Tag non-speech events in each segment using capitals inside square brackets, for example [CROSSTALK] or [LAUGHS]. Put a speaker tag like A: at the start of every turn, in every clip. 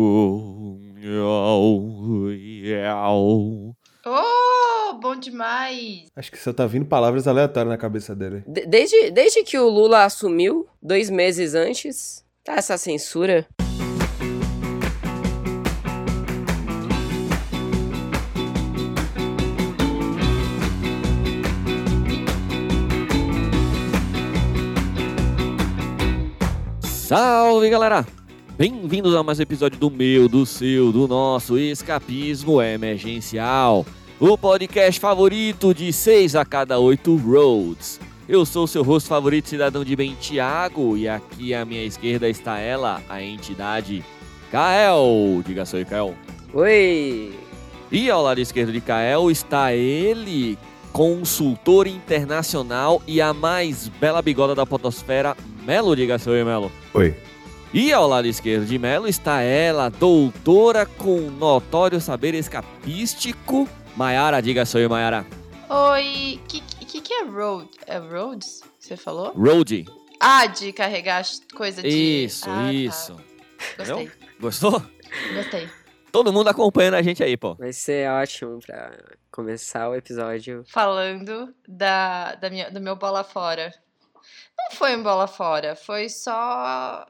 A: Oh,
B: Acho que só tá vindo palavras aleatórias na cabeça dele.
C: De- desde, desde que o Lula assumiu, dois meses antes, tá essa censura.
D: Salve, galera! Bem-vindos a mais um episódio do meu, do seu, do nosso Escapismo Emergencial. O podcast favorito de seis a cada oito roads. Eu sou o seu rosto favorito, cidadão de bem, Tiago, e aqui à minha esquerda está ela, a entidade Kael. Diga só aí, Kael.
C: Oi!
D: E ao lado esquerdo de Kael está ele, consultor internacional e a mais bela bigoda da potosfera, Melo. Diga só aí, Melo.
B: Oi.
D: E ao lado esquerdo de Melo está ela, doutora com notório saber escapístico. Maiara, diga sou eu, Maiara.
A: Oi, que, que que é road? É roads que você falou?
D: Road.
A: Ah, de carregar as coisa de...
D: Isso,
A: Ah, tá.
D: isso.
A: Gostei,
D: Gostou?
A: gostei.
D: Todo mundo acompanhando a gente aí, pô.
C: Vai ser ótimo pra começar o episódio.
A: Falando da, da minha, do meu bola fora. Não foi um bola fora, foi só...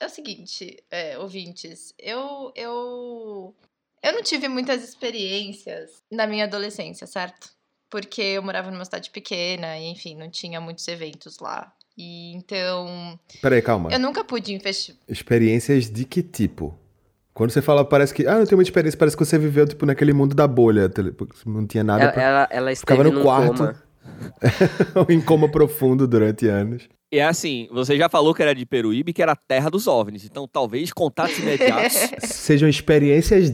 A: É o seguinte, é, ouvintes, eu, eu... Eu não tive muitas experiências na minha adolescência, certo? Porque eu morava numa cidade pequena e, enfim, não tinha muitos eventos lá. E então,
B: Peraí, calma.
A: eu nunca pude ir em festi-
B: Experiências de que tipo? Quando você fala, parece que. Ah, não tem muita experiência, parece que você viveu, tipo, naquele mundo da bolha. tele- porque Não tinha nada
C: Ela,
B: pra.
C: ela, ela
B: Ah, Ficava
C: esteve
B: no
C: num
B: quarto.
C: coma.
B: [LAUGHS] em coma profundo durante anos.
D: E é assim, você já falou que era de Peruíbe, que era a terra dos OVNIs. Então, talvez contatos imediatos.
B: Sejam experiências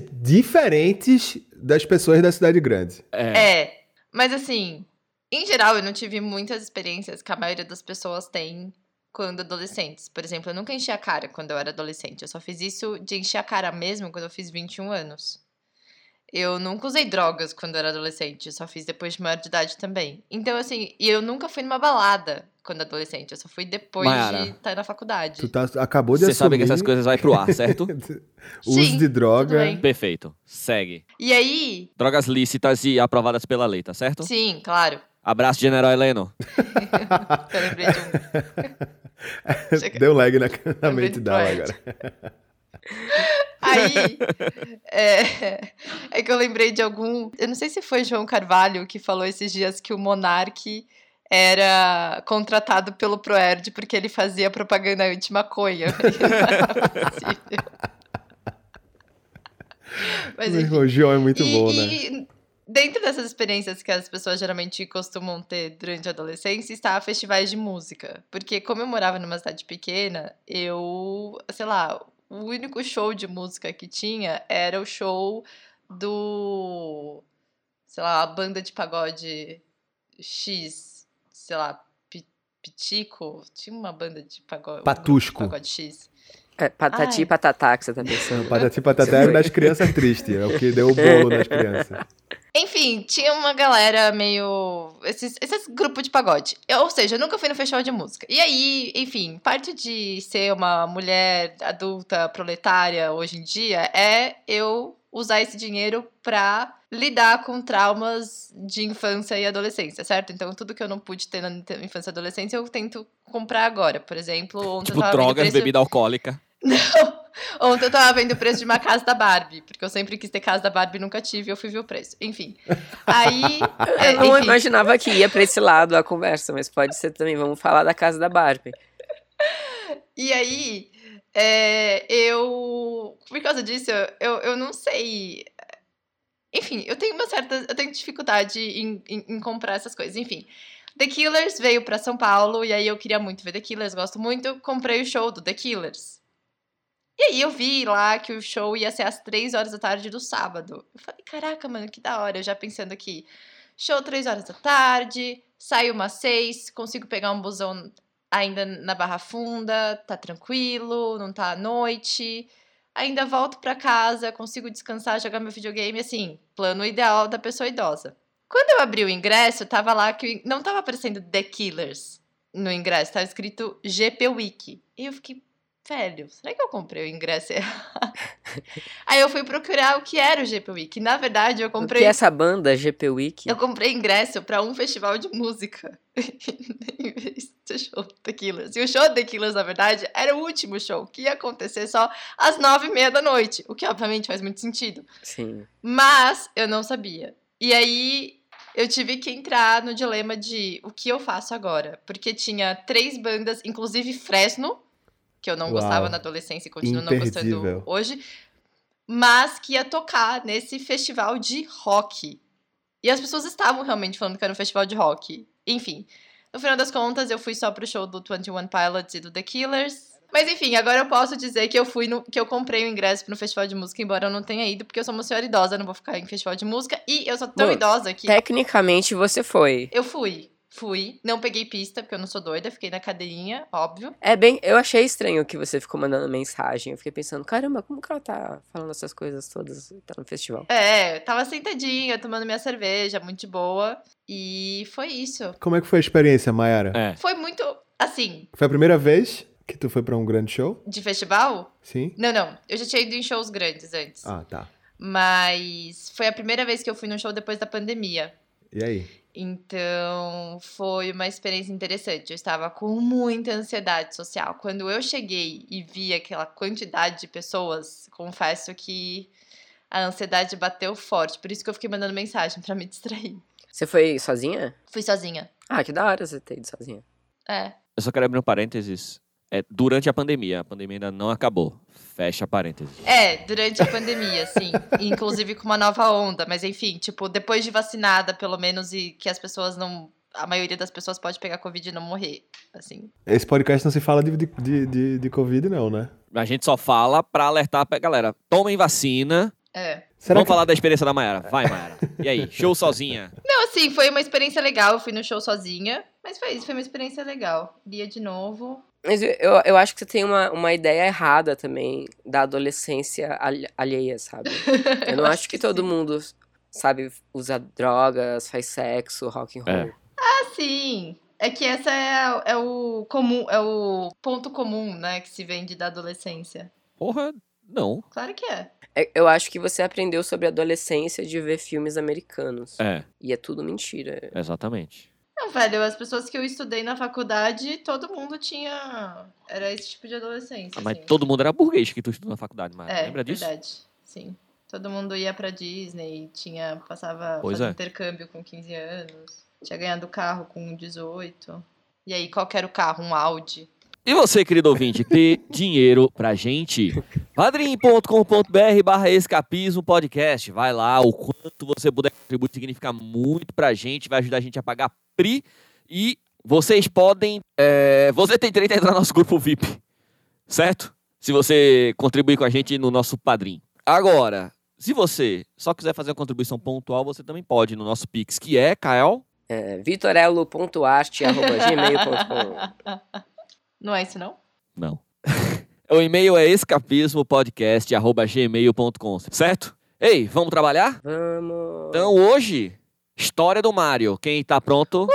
B: diferentes das pessoas da cidade grande.
D: é,
A: [LAUGHS] É, mas assim, em geral eu não tive muitas experiências que a maioria das pessoas tem quando adolescentes. Por exemplo, eu nunca enchi a cara quando eu era adolescente. Eu só fiz isso de encher a cara mesmo quando eu fiz 21 anos. Eu nunca usei drogas quando eu era adolescente, eu só fiz depois de maior de idade também. Então, assim, e eu nunca fui numa balada quando adolescente, eu só fui depois
D: Maiara,
A: de estar na faculdade.
B: Tu tá, acabou de
D: você
B: assumir.
D: sabe que essas coisas vai pro ar, certo?
B: Uso
A: Sim,
B: de droga.
A: tudo bem.
D: Perfeito. Segue.
A: E aí,
D: Drogas lícitas e aprovadas pela lei, tá certo?
A: sim, claro,
D: Abraço, General Heleno.
A: eu lembrei de um.
B: [LAUGHS]
A: Chega.
B: Deu um lag na, na
A: Eu
B: mente
A: vi
B: dela
A: Detroit.
B: agora.
A: Aí, é, é que eu lembrei de algum. Eu não sei se foi João Carvalho que falou esses dias que o Monark era contratado pelo Proerd porque ele fazia propaganda anti-maconha. [LAUGHS] Mas
B: Meu
A: enfim.
B: irmão, o João é muito
A: e,
B: bom, né?
A: e dentro dessas experiências que as pessoas geralmente costumam ter durante a adolescência, está festivais de música. Porque como eu morava numa cidade pequena, eu, sei lá, o único show de música que tinha era o show do, sei lá, a banda de pagode X, sei lá, Pi- Pitico, tinha uma banda de pagode, um grupo de
B: Patusco.
A: pagode X.
C: É, patati
A: Ai.
C: e patatá que você
B: [LAUGHS]
C: tá pensando.
B: Patati patatá era tipo, das crianças tristes. É o que deu o bolo
D: [LAUGHS]
B: nas crianças.
A: Enfim, tinha uma galera meio. Esses, esses grupos de pagode. Eu- Ou seja, eu nunca fui no festival de música. E aí, enfim, parte de ser uma mulher adulta, proletária hoje em dia é eu usar esse dinheiro pra lidar com traumas de infância e adolescência, certo? Então, tudo que eu não pude ter na infância e adolescência, eu tento comprar agora. Por exemplo, ontem eu
D: Tipo,
A: tava vendo
D: drogas,
A: preço-
D: bebida alcoólica.
A: Ontem eu tava vendo o preço de uma casa da Barbie, porque eu sempre quis ter casa da Barbie e nunca tive, eu fui ver o preço. Enfim. Aí. é,
C: [LAUGHS] Eu não
A: enfim,
C: imaginava que ia pra esse lado a conversa, mas pode ser também. Vamos falar da casa da Barbie.
A: E aí, é, eu. Por causa disso, eu, eu não sei. é, Enfim, eu tenho uma certa. Eu tenho dificuldade em, em, em comprar essas coisas. Enfim. The Killers veio pra São Paulo e aí eu queria muito ver The Killers, gosto muito. eu Comprei o show do The Killers. E aí eu vi lá que o show ia ser às três horas da tarde do sábado. Eu falei, caraca, mano, que da hora. Eu já pensando aqui, show três horas da tarde, saio umas seis, consigo pegar um busão ainda na Barra Funda, tá tranquilo, não tá à noite. Ainda volto pra casa, consigo descansar, jogar meu videogame, assim, plano ideal da pessoa idosa. Quando eu abri o ingresso, tava lá que não tava aparecendo The Killers no ingresso, tava
C: [LAUGHS]
A: escrito GP Wiki. E eu fiquei, velho, será que eu comprei o ingresso [LAUGHS] errado? Aí eu fui procurar o que era o GP Week. Na verdade, eu
C: O que
A: comprei.
C: é essa banda, GP Week?
A: Eu comprei ingresso pra um festival de música. [LAUGHS] em vez do show do Tequilas. E o show do Tequilas, na verdade, era o último show, que ia acontecer só às nove e meia da noite. O que, obviamente, faz muito sentido.
C: Sim.
A: Mas eu não sabia. E aí eu tive que entrar no dilema de o que eu faço agora. Porque tinha três bandas, inclusive Fresno, que eu não
B: Uau.
A: gostava na adolescência e continuo não
B: Imperdível.
A: gostando hoje. Mas que ia tocar nesse festival de rock. E as pessoas estavam realmente falando que era um festival de rock. Enfim, no final das contas, eu fui só pro show do 21 Pilots e do The Killers. Mas enfim, agora eu posso dizer que eu fui no, que eu comprei o ingresso pro festival de música, embora eu não tenha ido, porque eu sou uma senhora idosa, não vou ficar em festival de música. E eu sou tão
C: Bom,
A: idosa que
C: Tecnicamente você foi.
A: eu fui. Fui, não peguei pista, porque eu não sou doida, fiquei na cadeirinha, óbvio.
C: É bem, eu achei estranho que você ficou mandando mensagem. Eu fiquei pensando, caramba, como que ela tá falando essas coisas todas tá no festival?
A: É, tava sentadinha, tomando minha cerveja, muito de boa. E foi isso.
B: Como é que foi a experiência, Mayara?
D: É.
A: Foi muito, assim,
B: Foi a primeira vez que tu foi pra um grande show?
A: de festival?
B: Sim?
A: Não, não. Eu já tinha ido em shows grandes antes.
B: Ah, tá.
A: Mas foi a primeira vez que eu fui num show depois da pandemia.
B: E aí?
A: Então, foi uma experiência interessante. Eu estava com muita ansiedade social. Quando eu cheguei e vi aquela quantidade de pessoas, confesso que a ansiedade bateu forte. Por isso que eu fiquei mandando mensagem para me distrair.
C: Você foi sozinha?
A: Fui sozinha.
C: Ah, que da hora você ter ido sozinha.
A: É.
D: Eu só quero abrir um parênteses. É, durante a pandemia. A pandemia ainda não acabou. Fecha parênteses.
A: É, durante a pandemia, sim. Inclusive com uma nova onda. Mas enfim, tipo, depois de vacinada, pelo menos, e que as pessoas não. A maioria das pessoas pode pegar Covid e não morrer. Assim.
B: Esse podcast não se fala de, de, de, de, de Covid, não, né?
D: A gente só fala pra alertar pra galera. Tomem vacina.
A: É.
B: Será
D: Vamos
B: que...
D: falar da experiência da Mayara. Vai, Mayara. E aí? Show sozinha.
A: Não, assim, foi uma experiência legal. Eu fui no show sozinha. Mas foi isso, foi uma experiência legal. Lia de novo.
C: Mas eu- eu, eu acho que você tem uma, uma ideia errada também da adolescência alhe- alheia, sabe? [LAUGHS] Eu não acho que todo mundo, sabe, usa drogas, faz sexo, rock and
D: É.
C: roll.
A: Assim, é que essa é, a- é o comum, é o ponto comum, né, que se vende da adolescência.
D: Porra, não.
A: Claro que é.
C: É, Eu acho que você aprendeu sobre a adolescência de ver filmes americanos.
D: É,
C: E é tudo mentira.
D: exatamente.
A: Não, velho, as pessoas que eu estudei na faculdade, todo mundo tinha. Era esse tipo de adolescência.
D: Ah, mas
A: assim.
D: todo mundo era burguês que tu estudou na faculdade, Mayara.
A: É,
D: Lembra disso?
A: verdade. Sim. Todo mundo ia pra Disney, tinha, passava
D: Pois é.
A: fazia intercâmbio com 15 anos, tinha ganhado carro com 18. E aí, qual que era o carro? Um Audi.
D: E você, querido ouvinte, ter dinheiro pra gente? padrim.com.br barra escapismo podcast. Vai lá, o quanto você puder contribuir significa muito pra gente, vai ajudar a gente a pagar PRI e vocês podem... é, você tem direito a entrar no nosso grupo VIP, certo? Se você contribuir com a gente no nosso Padrim. Agora, se você só quiser fazer uma contribuição pontual, você também pode no nosso Pix, que é, Kael,
C: É,
D: [LAUGHS]
C: vitorello.arte.gmail.com
D: um.
A: [LAUGHS] Não é isso, não?
D: Não. [LAUGHS] o e-mail é escapismopodcast.gmail.com, certo? Ei, vamos trabalhar?
C: Vamos!
D: Então hoje, história do Mario. Quem tá pronto?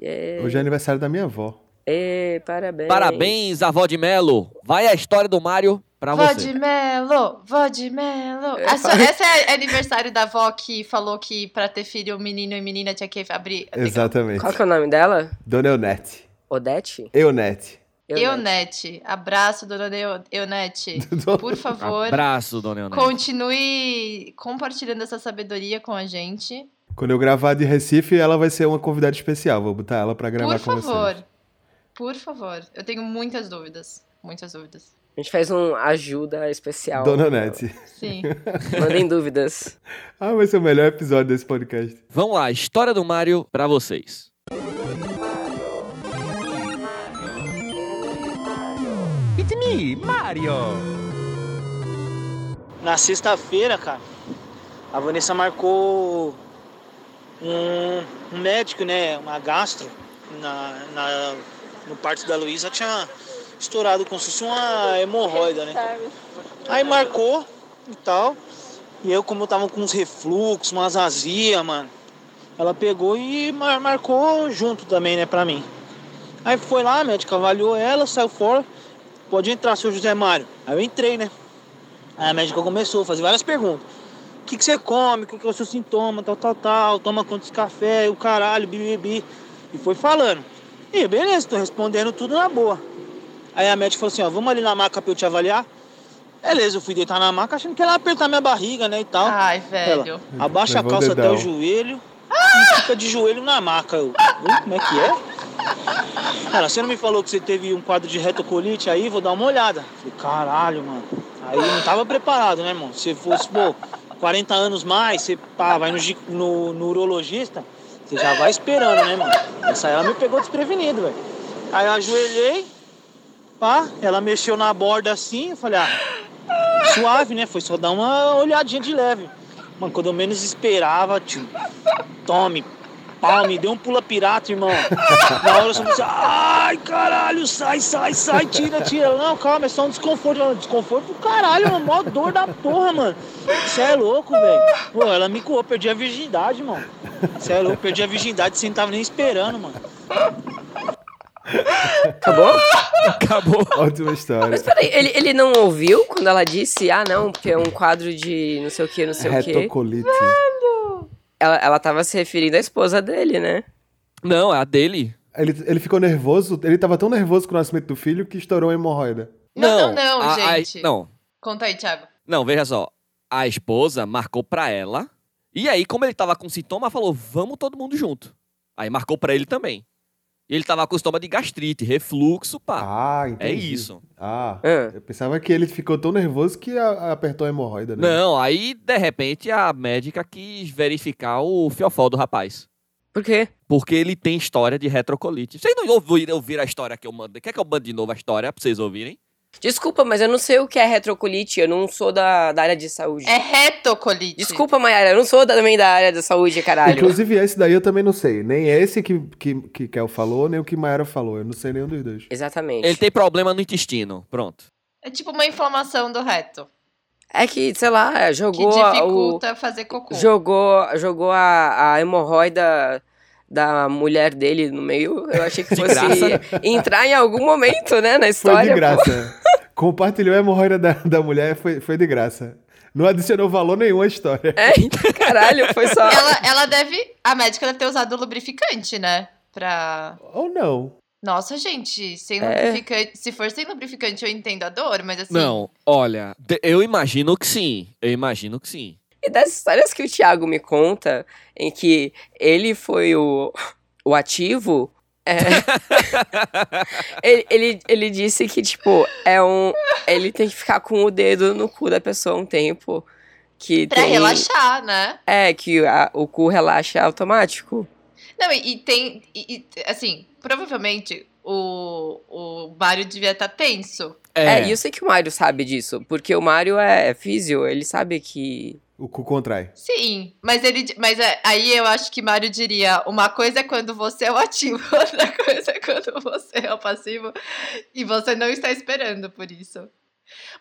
C: Yeah.
B: Hoje é aniversário da minha avó.
C: Ê, parabéns!
D: Parabéns, avó de Melo. Vai a história do Mario pra
A: Vó
D: você.
A: de Melo, vó de Melo.
C: É.
A: Essa, essa é aniversário da avó que falou que pra ter filho, menino e menina tinha que abrir.
B: Exatamente.
C: Qual que é o nome dela?
B: Dona Eunete.
C: Odete?
B: Eunete. [LAUGHS]
A: Eunete, abraço, dona Eu- Eunete. Por favor,
D: Abraço, dona Leonel.
A: continue compartilhando essa sabedoria com a gente.
B: Quando eu gravar de Recife, ela vai ser uma convidada especial. Vou botar ela pra gravar
A: Por
B: com
A: favor.
B: vocês.
A: Por favor. Eu tenho muitas dúvidas. Muitas dúvidas.
C: A gente faz um ajuda especial.
B: Dona Eunete.
A: Sim.
C: Mandem dúvidas.
B: Ah, vai ser o melhor episódio desse podcast.
D: Vamos lá, história do Mario pra vocês.
E: It's me, Mario.
F: Na sexta-feira, cara, a Vanessa marcou um, um médico, né? Uma gastro na, na- no parto da Luísa tinha estourado como se fosse uma hemorroida, né? Aí marcou e tal. E eu, como eu tava com uns refluxos, umas azia, mano, ela pegou e mar- marcou junto também, né, pra mim. Aí foi lá, a médica avaliou ela, saiu fora. Pode entrar, seu José Mário. Aí eu entrei, né? Aí a médica começou a fazer várias perguntas. O que, que você come? Qual que é o seu sintoma? Tal, tal, tal. Toma quantos café? O caralho, bibibi. E foi falando. E beleza, tô respondendo tudo na boa. Aí a médica falou assim, ó, vamos ali na maca pra eu te avaliar? Beleza, eu fui deitar na maca achando que ela ia apertar minha barriga, né, e tal.
A: Ai, velho.
F: Ela, abaixa
B: Levou
F: a calça
B: o
F: até o
B: dedão.
F: joelho e fica de joelho na maca. Eu, "Ui, como é que é? Cara, você não me falou que você teve um quadro de retocolite aí? Vou dar uma olhada. Falei, caralho, mano. Aí eu não tava preparado, né, irmão? Se fosse, pô, 40 anos mais, você pá, vai no, gi- no, no urologista, você já vai esperando, né, mano? Essa aí ela me pegou desprevenido, velho. Aí eu ajoelhei, pá, ela mexeu na borda assim, eu falei, ah, suave, né? Foi só dar uma olhadinha de leve. Mano, quando eu menos esperava, tio, tome, pau, me deu um pula pirata, irmão. Na hora eu só pensei, ai, caralho, sai, sai, sai, tira, tira. Não, calma, é só um desconforto. Ela, Desconforto pro caralho, mano, mó dor da porra, mano. Você é louco, velho. Pô, ela me coou, perdi a virgindade, mano. Você é louco, perdi a virgindade, você não tava nem esperando, mano.
C: Acabou?
D: Acabou.
B: Ótima história.
C: Mas [LAUGHS] peraí, ele, ele não ouviu quando ela disse, ah, não, porque é um quadro de não sei o que, não
B: É,
C: sei o que.
B: Retocolite.
C: Ela, ela tava se referindo à esposa dele, né?
D: Não, é a dele.
B: Ele, ele ficou nervoso, ele tava tão nervoso com o nascimento do filho que estourou a hemorroida.
A: Não, não, não,
D: a- a-
A: gente.
D: não,
A: Conta aí, Thiago.
D: não, veja só. A esposa marcou pra ela. E aí, como ele tava com sintoma, falou: vamos todo mundo junto. Aí marcou pra ele também. E ele tava com sintoma de gastrite, refluxo, pá.
B: Ah,
D: é
B: entendi.
D: isso.
B: Ah,
C: Ah.
B: eu pensava que ele ficou tão nervoso que a- apertou a hemorroida, né?
D: Não, aí, de repente, a médica quis verificar o fiofó do rapaz.
C: Por quê?
D: Porque ele tem história de retrocolite. Vocês não ouviram, ouviram a história que eu mandei? Quer que eu mande de novo a história pra vocês ouvirem?
C: Desculpa, mas eu não sei o que é retrocolite, eu não sou da, da área de saúde.
A: É retocolite.
C: Desculpa, Mayara, eu não sou da- também da área da saúde, caralho.
B: Inclusive, esse daí eu também não sei. Nem esse que, que, que Kel falou, nem o que Mayara falou. Eu não sei nenhum dos dois.
C: Exatamente.
D: Ele tem problema no intestino. Pronto.
A: É tipo uma inflamação do reto.
C: É que, sei lá,
A: Que
C: jogou a- o...
A: dificulta fazer cocô.
C: Jogou, jogou a, a hemorroida da mulher dele no meio. Eu achei que
D: De
C: fosse
D: graça.
C: entrar em algum momento, né, na
B: Foi
C: história.
B: de graça. Compartilhou a hemorroida da, da mulher, foi, foi de graça. Não adicionou valor nenhum à história.
C: É, então, caralho, foi só...
A: [LAUGHS] Ela, ela deve. A médica deve ter usado lubrificante, né? Pra.
B: Ou não.
A: Nossa, gente, sem
C: É.
A: lubrificante. Se for sem lubrificante, eu entendo a dor, mas assim.
D: Não, olha, de- eu imagino que sim. Eu imagino que [LAUGHS] sim.
C: E das histórias que o Thiago me conta, em que ele foi o, o ativo, é, ele, ele, ele disse que, tipo, é um. Ele tem que ficar com o dedo no cu da pessoa um tempo. Que
A: Pra
C: tem-
A: relaxar, né?
C: É, que a- o cu relaxa automático.
A: Não, e, e tem. E, e, assim, provavelmente o, o Mário devia estar tenso.
C: É. e eu sei que o Mário sabe disso, porque o Mário é físio, ele sabe que.
B: O cu contrai.
A: Sim, mas ele. di- Mas é- aí eu acho que Mário diria: uma coisa é quando você é o ativo, [LAUGHS] outra coisa é quando você é o passivo e você não está esperando por isso.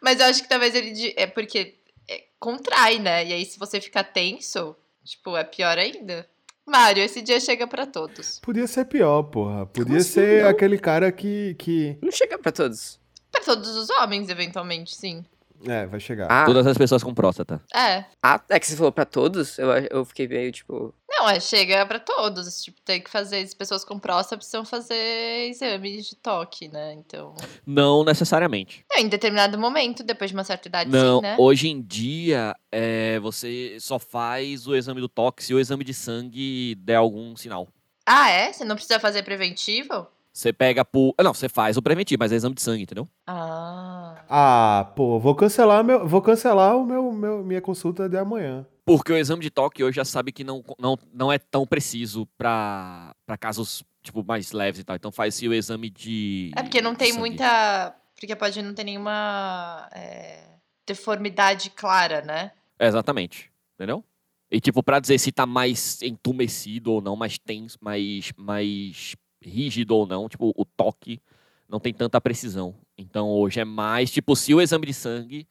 A: Mas eu acho que talvez ele. di- É porque é, contrai, né? E aí se você ficar tenso, tipo, é pior ainda. Mário, esse dia chega pra todos.
B: Podia ser pior, porra. Podia
C: assim
B: ser
C: não?
B: aquele cara que, que.
C: Não chega pra todos.
A: Pra todos os homens, eventualmente, sim.
B: É, vai chegar.
C: Ah,
D: Todas as pessoas com próstata.
A: É.
C: ah, é que você falou pra todos? Eu, eu fiquei meio tipo.
A: Não, é chega pra todos. Tipo, tem que fazer. As pessoas com próstata precisam fazer exame de toque, né? Então.
D: Não necessariamente.
A: Não, em determinado momento, depois de uma certa idade,
D: Não,
A: sim, né?
D: hoje em dia é, você só faz o exame do toque se o exame de sangue der algum sinal.
A: Ah, é? Você não precisa fazer preventivo?
D: Você pega por. ah, Não, você faz o preventivo, mas é exame de sangue, entendeu?
A: Ah.
B: Ah, pô, vou cancelar, meu, vou cancelar o meu, meu, minha consulta de amanhã.
D: Porque o exame de toque hoje já sabe que não, não, não é tão preciso pra, pra casos tipo, mais leves e tal. Então faz-se o exame de.
A: É porque não
D: de
A: tem
D: sangue.
A: muita. Porque pode não ter nenhuma é, deformidade clara, né? [LAUGHS]
D: É, exatamente. Entendeu? E tipo, pra dizer se tá mais entumecido ou não, mais tenso, mais, mais rígido ou não, tipo, o toque não tem tanta precisão. Então hoje é mais, tipo, se o exame de sangue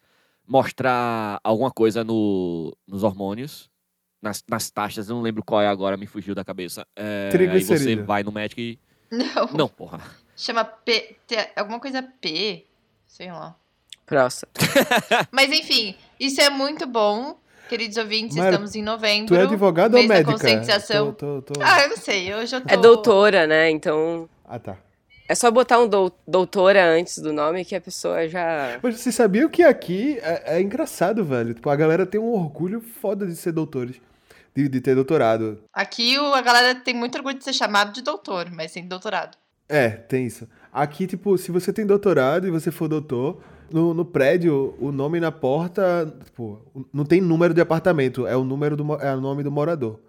D: mostrar alguma coisa no, nos hormônios, nas, nas taxas, eu não lembro qual é agora, me fugiu da cabeça. É, aí você
B: Triglicerídeo.
D: vai no médico e.
A: Não.
D: Não, porra.
A: Chama P. te- Alguma coisa P. Sei lá.
C: Próximo.
A: Mas enfim, isso é muito bom. Queridos ouvintes,
B: Mara,
A: estamos em novembro.
B: Tu é advogada ou
A: mês da
B: médica?
A: conscientização.
B: Tô- tô- tô-
A: Ah, eu não sei. Hoje eu tô...
C: É doutora, né? Então
B: Ah, tá.
C: é só botar um dou- doutora antes do nome que a pessoa já.
B: Mas você sabia que aqui é, é engraçado, velho? Tipo, a galera tem um orgulho foda de ser doutores. De, de ter doutorado.
A: Aqui o- a galera tem muito orgulho de ser chamado de doutor, mas sem doutorado.
B: É, tem isso. Aqui, tipo, se você tem doutorado e você for doutor, no, no prédio, o nome na porta, tipo, não tem número de apartamento, é o número do, mo- é o nome do morador.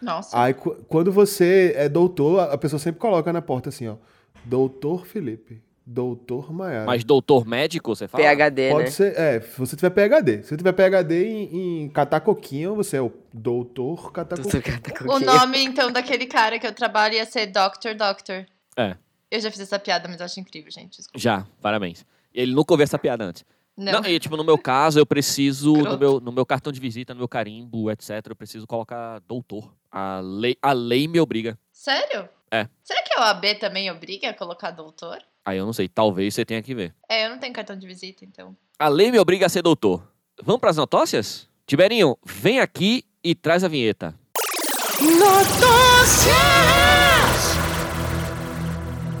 A: Nossa.
B: Aí, qu- quando você é doutor, a- a pessoa sempre coloca na porta assim, ó, doutor Felipe, doutor Maiara.
D: Mas doutor médico, você fala?
C: PHD,
B: Pode
C: né?
B: ser, é, se você tiver PHD. Se você tiver PHD em, em catacoquinho, você é o doutor catacoquinho.
C: Doutor Gata Coquinha.
A: O nome, então, daquele cara que eu trabalho ia ser Doctor Doctor.
D: É.
A: Eu já fiz essa piada, mas eu acho incrível, gente. Desculpa.
D: Já, parabéns. Ele nunca ouviu essa piada antes.
A: Não.
D: Não. e tipo, no meu caso, eu preciso, no
A: Escroto.
D: meu, no meu cartão de visita, no meu carimbo, etc, eu preciso colocar doutor. A lei, a lei me obriga.
A: Sério?
D: É.
A: Será que a OAB também obriga a colocar doutor?
D: Aí eu não sei, talvez você tenha que ver.
A: É, eu não tenho cartão de visita, então.
D: A lei me obriga a ser doutor. Vamos pras notócias? Tiberinho, vem aqui e traz a vinheta. Notócias!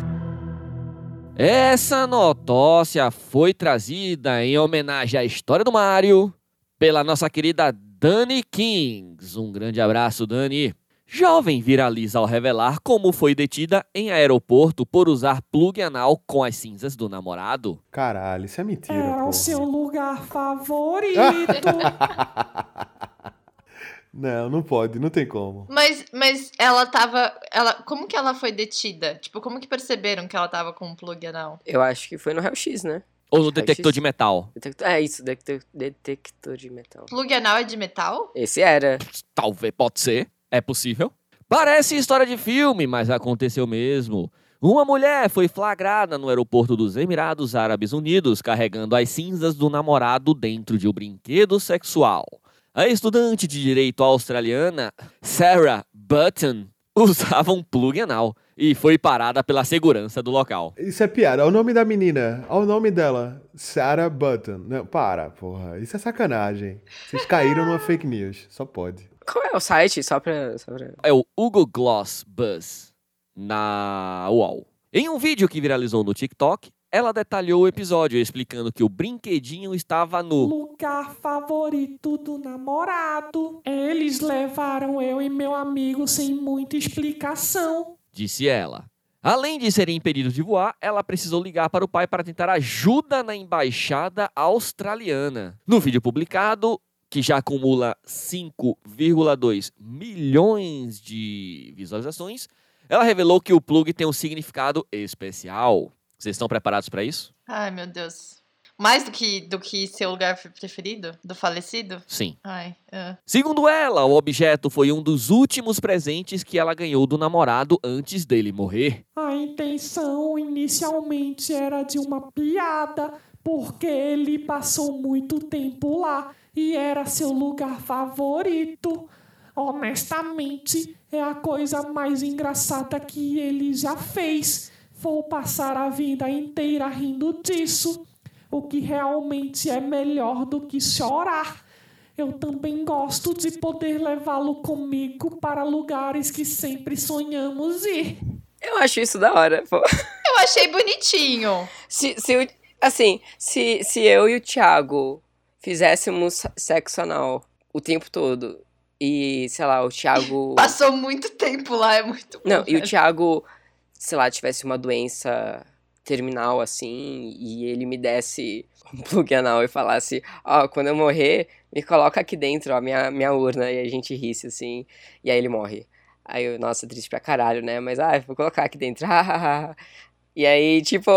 D: Essa notócia foi trazida em homenagem à história do Mário pela nossa querida Dani Kings. Um grande abraço, Dani. Jovem viraliza ao revelar como foi detida em aeroporto por usar plug anal com as cinzas do namorado.
B: Caralho, isso é mentira, porra.
D: lugar favorito.
B: Não, não pode, não tem como.
A: Mas, mas ela tava. Ela, como que ela foi detida? Tipo, como que perceberam que ela tava com um plug anal?
C: Eu acho que foi no Raio X, né?
D: Ou no detector de metal.
C: Detector- É isso, detector, detector de metal.
A: Plug anal é de metal?
C: Esse era.
D: Talvez, pode ser, é possível. Parece história de filme, mas aconteceu mesmo. Uma mulher foi flagrada no aeroporto dos Emirados Árabes Unidos carregando as cinzas do namorado dentro de um brinquedo sexual. A estudante de direito australiana, Sarah Button, usava um plug anal e foi parada pela segurança do local.
B: Isso é piada. Olha o nome da menina. Olha o nome dela. Sarah Button. Não, para, porra. Isso é sacanagem. Vocês caíram numa fake news. Só pode.
C: Qual é o site? Só pra. Só pra...
D: é o Hugo Gloss Buzz na UOL. Em um vídeo que viralizou no TikTok, ela detalhou o episódio explicando que o brinquedinho estava no
G: lugar favorito do namorado. Eles levaram eu e meu amigo sem muita explicação.
D: disse ela. Além de serem impedidos de voar, ela precisou ligar para o pai para tentar ajuda na embaixada australiana. No vídeo publicado, que já acumula 5,2 milhões de visualizações, ela revelou que o plug tem um significado especial. Vocês estão preparados para isso?
A: Ai, meu Deus. Mais do que, do que seu lugar preferido? Do falecido?
D: Sim.
A: Ai, ah.
D: Segundo ela, o objeto foi um dos últimos presentes que ela ganhou do namorado antes dele morrer.
G: A intenção inicialmente era de uma piada, porque ele passou muito tempo lá e era seu lugar favorito. Honestamente, é a coisa mais engraçada que ele já fez. Vou passar a vida inteira rindo disso, o que realmente é melhor do que chorar. Eu também gosto de poder levá-lo comigo para lugares que sempre sonhamos ir.
C: Eu acho isso da hora, pô.
A: Eu achei bonitinho.
C: Se, se o- assim, se, se eu e o Thiago fizéssemos sexo anal o tempo todo e, sei lá,
A: [LAUGHS]
C: o Thiago.
A: Passou muito tempo lá, é muito bom,
C: Não, e o
A: velho.
C: Thiago, sei lá, tivesse uma doença terminal assim e ele me desse um [LAUGHS] plug anal e falasse: Ó, quando eu morrer, me coloca aqui dentro, ó, minha, minha urna. E a gente risse assim, e aí ele morre. Aí eu, nossa, triste pra caralho, né? Mas, ah, vou colocar aqui dentro. [LAUGHS] e aí, tipo,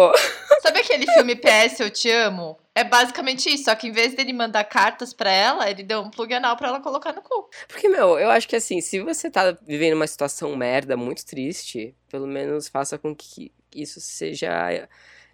A: Sabe aquele filme PS Eu Te Amo? É basicamente isso, só que em vez dele mandar cartas pra ela, ele deu um plug anal pra ela colocar no cu.
C: Porque, meu, eu acho que assim, se você tá vivendo uma situação merda, muito triste, pelo menos faça com que isso seja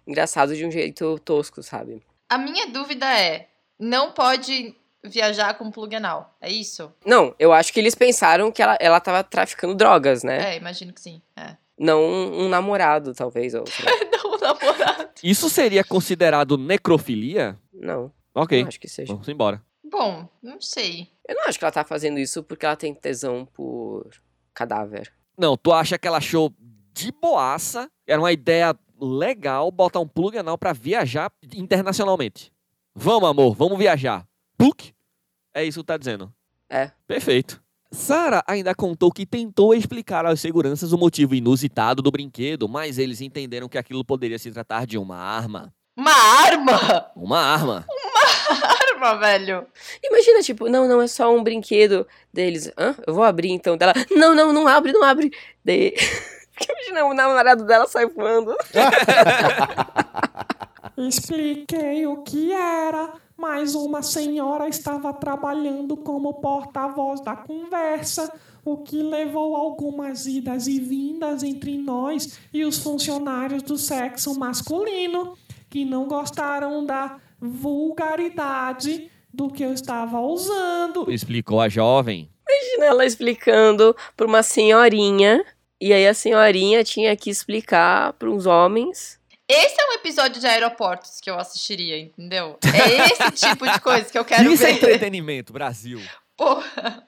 C: engraçado de um jeito tosco, sabe?
A: A minha dúvida é: não pode viajar com plug anal, é isso?
C: Não, eu acho que eles pensaram que ela, ela tava traficando drogas, né?
D: [LAUGHS]
A: É, imagino que sim. É.
C: Não um, um namorado, talvez, ou sei lá.
A: Não, namorado.
D: Isso seria considerado necrofilia?
C: Não,
D: Ok,
C: não acho que seja.
D: vamos embora.
A: Bom, não sei.
C: Eu não acho que ela tá fazendo isso porque ela tem tesão por cadáver.
D: Não, tu acha que ela achou de boaça, era uma ideia legal botar um plug anal pra viajar internacionalmente. Vamos, amor, vamos viajar. Plug? É isso que tu tá dizendo.
C: É.
D: Perfeito. Sarah ainda contou que tentou explicar aos seguranças o motivo inusitado do brinquedo, mas eles entenderam que aquilo poderia se tratar de uma arma.
A: Uma arma!
D: Uma arma.
A: Arma, velho!
C: Imagina, tipo, não, não, é só um brinquedo deles. Hã? Eu vou abrir então dela. Não, não, não abre, não abre. Daí. [LAUGHS] Porque imagina o namorado dela sai voando.
G: Expliquei o que era, mas uma senhora estava trabalhando como porta-voz da conversa, o que levou a algumas idas e vindas entre nós e os funcionários do sexo masculino, que não gostaram da vulgaridade do que eu estava usando.
D: Explicou a jovem.
C: Imagina Né, ela explicando pra uma senhorinha. E aí a senhorinha tinha que explicar pra uns homens.
A: Esse é um episódio de aeroportos que eu assistiria, entendeu? É
D: [LAUGHS]
A: esse tipo de coisa que eu quero
D: isso é
A: ver.
D: entretenimento, Brasil.
A: Porra.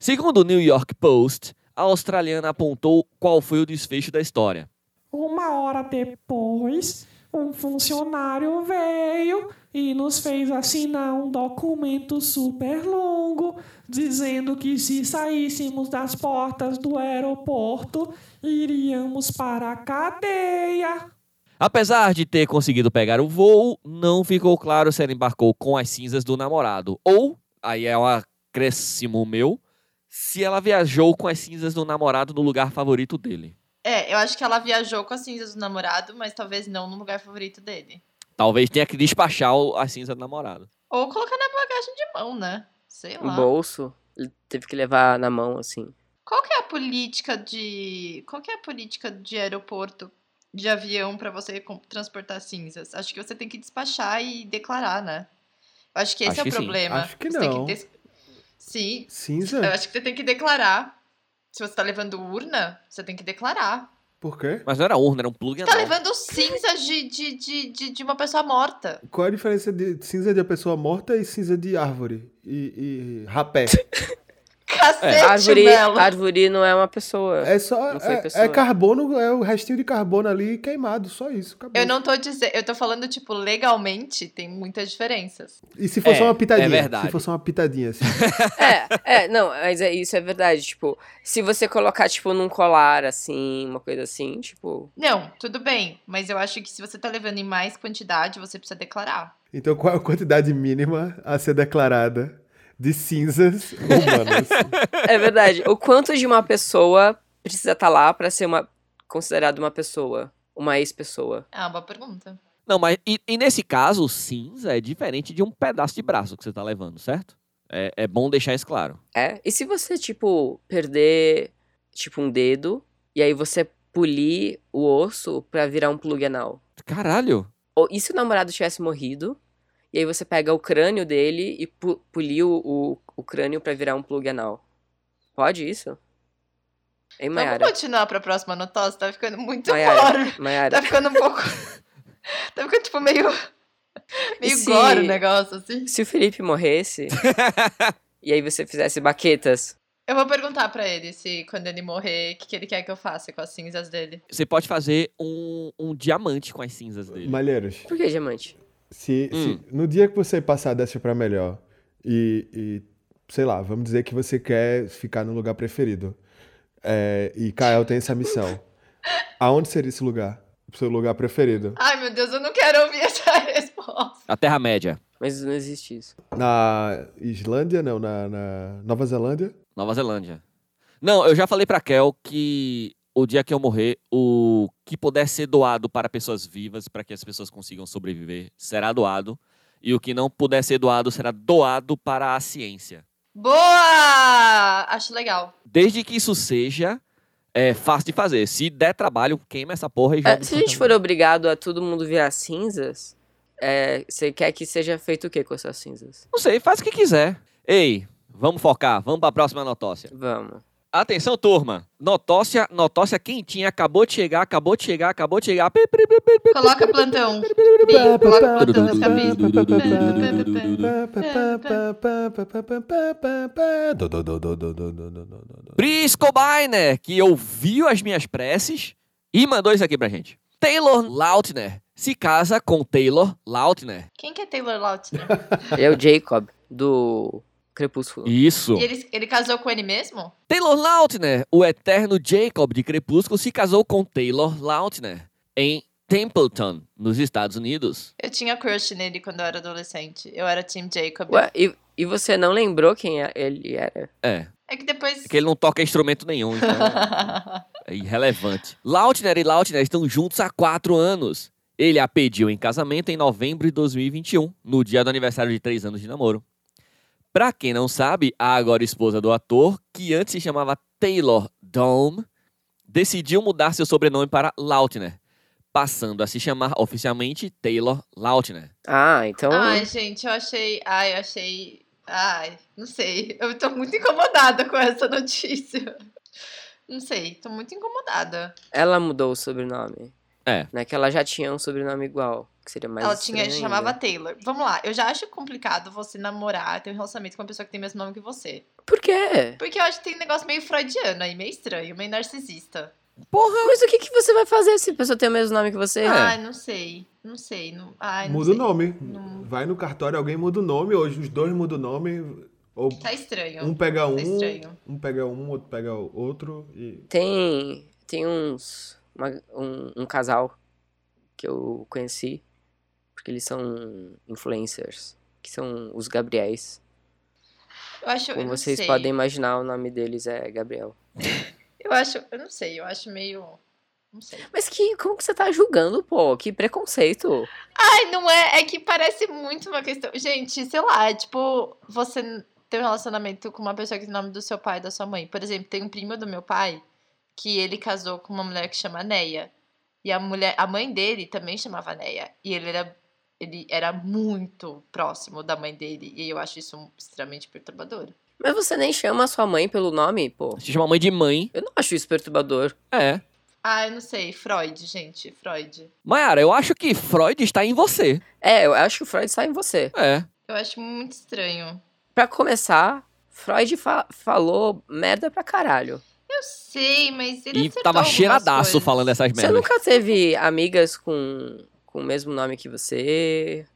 D: Segundo o New York Post, a australiana apontou qual foi o desfecho da história.
G: Uma hora depois, um funcionário veio e nos fez assinar um documento super longo dizendo que se saíssemos das portas do aeroporto, iríamos para a cadeia.
D: Apesar de ter conseguido pegar o voo, não ficou claro se ela embarcou com as cinzas do namorado ou, aí é um acréscimo meu, se ela viajou com as cinzas do namorado no lugar favorito dele.
A: É, eu acho que ela viajou com as cinzas do namorado, mas talvez não no lugar favorito dele.
D: Talvez tenha que despachar o- as cinzas do namorado.
A: Ou colocar na bagagem de mão, né? Sei
C: No
A: lá.
C: bolso. Ele teve que levar na mão, assim.
A: Qual que é a política de. Qual que é a política de aeroporto de avião pra você com- transportar cinzas? Acho que você tem que despachar e declarar, né? Eu acho que esse
D: Acho
A: é o
D: que sim.
A: problema.
B: Acho que
A: Você tem
B: não. É.
A: des- Sim. Eu
B: Cinza?
A: acho que você tem que declarar. Se você tá levando urna, você tem que declarar.
B: Por quê?
D: Mas não era urna, era um plug
A: Você tá
D: anal.
A: levando cinzas de, de, de, de, de uma pessoa morta.
B: Qual é a diferença de cinza de uma pessoa morta e cinza de árvore? E, e rapé?
C: É.
A: Cacete,
C: Árvore,
A: Melo.
C: árvore não é
B: [LAUGHS]
C: uma pessoa.
B: É só.
C: Não foi
B: É,
C: pessoa.
B: é carbono, é o restinho de carbono ali queimado, só isso. acabou.
A: Eu não tô dizendo. Eu tô falando, tipo, legalmente tem muitas diferenças.
B: E se fosse
D: É,
B: uma pitadinha?
D: é verdade.
B: Se fosse uma pitadinha, assim.
C: É, é, não, mas é, isso é verdade. Tipo, se você colocar, tipo, num colar, assim, uma coisa assim, tipo.
A: Não, tudo bem. Mas eu acho que se você tá levando em mais quantidade, você precisa declarar.
B: Então, qual é a quantidade mínima a ser declarada de cinzas humanas?
C: É verdade. O quanto de uma pessoa precisa estar lá pra ser uma considerada uma pessoa, uma ex-pessoa.
A: É uma boa pergunta.
D: Não, mas e, e nesse caso, cinza é diferente de um pedaço de braço que você tá levando, certo? É, é bom deixar isso claro.
C: É? E se você, tipo, perder, tipo, um dedo, e aí você polir o osso pra virar um plug anal?
D: Caralho!
C: Ou, e se o namorado tivesse morrido, e aí você pega o crânio dele e pu polir o, o, o crânio pra virar um plug anal? Pode isso? Hein,
A: Vamos
C: Mayara?
A: continuar pra próxima notócia? Tá ficando muito
C: Mayara,
A: gore.
C: Mayara.
A: Tá ficando um pouco. [LAUGHS] tá ficando, tipo,
C: [LAUGHS]
A: meio. Meio
C: se-
A: gore o negócio, assim.
C: Se o Felipe morresse, e aí você fizesse baquetas,
A: Eu vou perguntar pra ele se quando ele morrer, o que, que ele quer que eu faça com as cinzas dele.
D: Você pode fazer um, um diamante com as cinzas dele.
B: [LAUGHS] Malheiros,
C: Por que diamante?
B: se, se-
D: Hum.
B: no dia que você passar dessa pra melhor e, e, sei lá, vamos dizer que você quer ficar no lugar preferido é, e Kael tem essa missão, aonde seria esse lugar? O seu lugar preferido?
A: Ai, meu Deus, eu não quero ouvir [LAUGHS] essa resposta.
D: A Terra-média.
C: Mas não existe isso.
B: Na Islândia? Não, na, na Nova Zelândia?
D: Nova Zelândia. Não, eu já falei pra Kel que o dia que eu morrer, o que puder ser doado para pessoas vivas, para que as pessoas consigam sobreviver, será doado. E o que não puder ser doado será doado para a ciência.
A: Boa! Acho legal.
D: Desde que isso seja é, fácil de fazer. Se der trabalho, queima essa porra e joga.
C: É, se a gente for obrigado a todo mundo virar cinzas, é, você quer que seja feito o que com essas cinzas?
D: Não sei, faz o que quiser. Ei, vamos focar, vamos pra próxima notócia.
C: Vamos.
D: Atenção, turma. Notócia, notócia quentinha. Acabou de chegar, acabou de chegar, acabou de chegar. Pi, pi, pi, pi, pi,
A: Coloca plantão. Pi, Coloca plantão nas cabeças.
D: Brisco Biner, que ouviu as minhas preces e mandou isso aqui pra gente. Taylor Lautner se casa com Taylor Lautner.
A: Quem que é Taylor Lautner?
C: Ele é o Jacob, do Crepúsculo.
D: Isso.
A: E ele, ele casou com ele mesmo?
D: Taylor Lautner, o eterno Jacob de Crepúsculo, se casou com Taylor Lautner em Templeton, nos Estados Unidos.
A: Eu tinha crush nele quando eu era adolescente. Eu era Team Jacob.
C: Ué, e, e você não lembrou quem é- ele era?
D: É,
A: É que depois. [LAUGHS]
D: é que ele não toca instrumento nenhum, então é irrelevante. Lautner e Lautner estão juntos há quatro anos. Ele a pediu em casamento em novembro de 2021, no dia do aniversário de três anos de namoro. Pra quem não sabe, a agora esposa do ator, que antes se chamava Taylor Dome, decidiu mudar seu sobrenome para Lautner, passando a se chamar oficialmente Taylor Lautner.
C: Ah, então.
A: Ai, gente, eu achei. Ai, eu achei. Ai, não sei. Eu tô muito incomodada com essa notícia. Não sei, tô muito incomodada.
C: Ela mudou o sobrenome.
D: É.
C: Né, que ela já tinha um sobrenome igual, que seria mais
A: Ela tinha,
C: estranho né?
A: chamava
C: ainda.
A: Taylor. Vamos lá, eu já acho complicado você namorar, ter um relacionamento com uma pessoa que tem o mesmo nome que você.
C: Por quê?
A: Porque eu acho que tem um negócio meio freudiano aí, meio estranho, meio narcisista.
C: Mas o que, que você vai fazer se a pessoa tem o mesmo nome que você?
A: Ai, não sei. Não sei. Não, ai, não
B: Muda o
A: sei.
B: nome.
A: Não-
B: Vai no cartório, alguém muda o nome, ou os dois mudam o nome, ou
A: Tá estranho.
B: um pega um,
A: Tá estranho.
B: um pega um, outro pega o outro e
C: Tem. Tem uns. uma- um, um casal que eu conheci. Porque eles são influencers. Que são os Gabriéis.
A: Eu acho. eu
C: Como
A: não
C: vocês
A: sei.
C: podem imaginar, o nome deles é Gabriel.
A: Eu acho. Eu não sei, eu acho meio. Não sei.
C: Mas que, como que você tá julgando, pô? Que preconceito.
A: Ai, não é. É que parece muito uma questão. Gente, sei lá, é tipo, você ter um relacionamento com uma pessoa que tem o nome do seu pai e da sua mãe. Por exemplo, tem um primo do meu pai que ele casou com uma mulher que chama Neia. E a mulher, a mãe dele também chamava Neia. E ele era. Ele era muito próximo da mãe dele. E eu acho isso extremamente perturbador.
C: Mas você nem chama a sua mãe pelo nome, pô.
D: Se chama mãe de mãe.
C: Eu não acho isso perturbador.
D: É.
A: Ah, eu não sei. Freud, gente. Freud.
D: Mayara, eu acho que Freud está em você.
C: É, eu acho que o Freud sai em você.
D: É.
A: Eu acho muito estranho.
C: Pra começar, Freud fa- falou merda pra caralho.
A: Eu sei, mas ele
D: E
A: acertou
D: tava
A: algumas
D: cheiradaço
A: coisas.
D: falando essas
C: Você
D: merdas.
C: nunca teve amigas com, com o mesmo nome que você?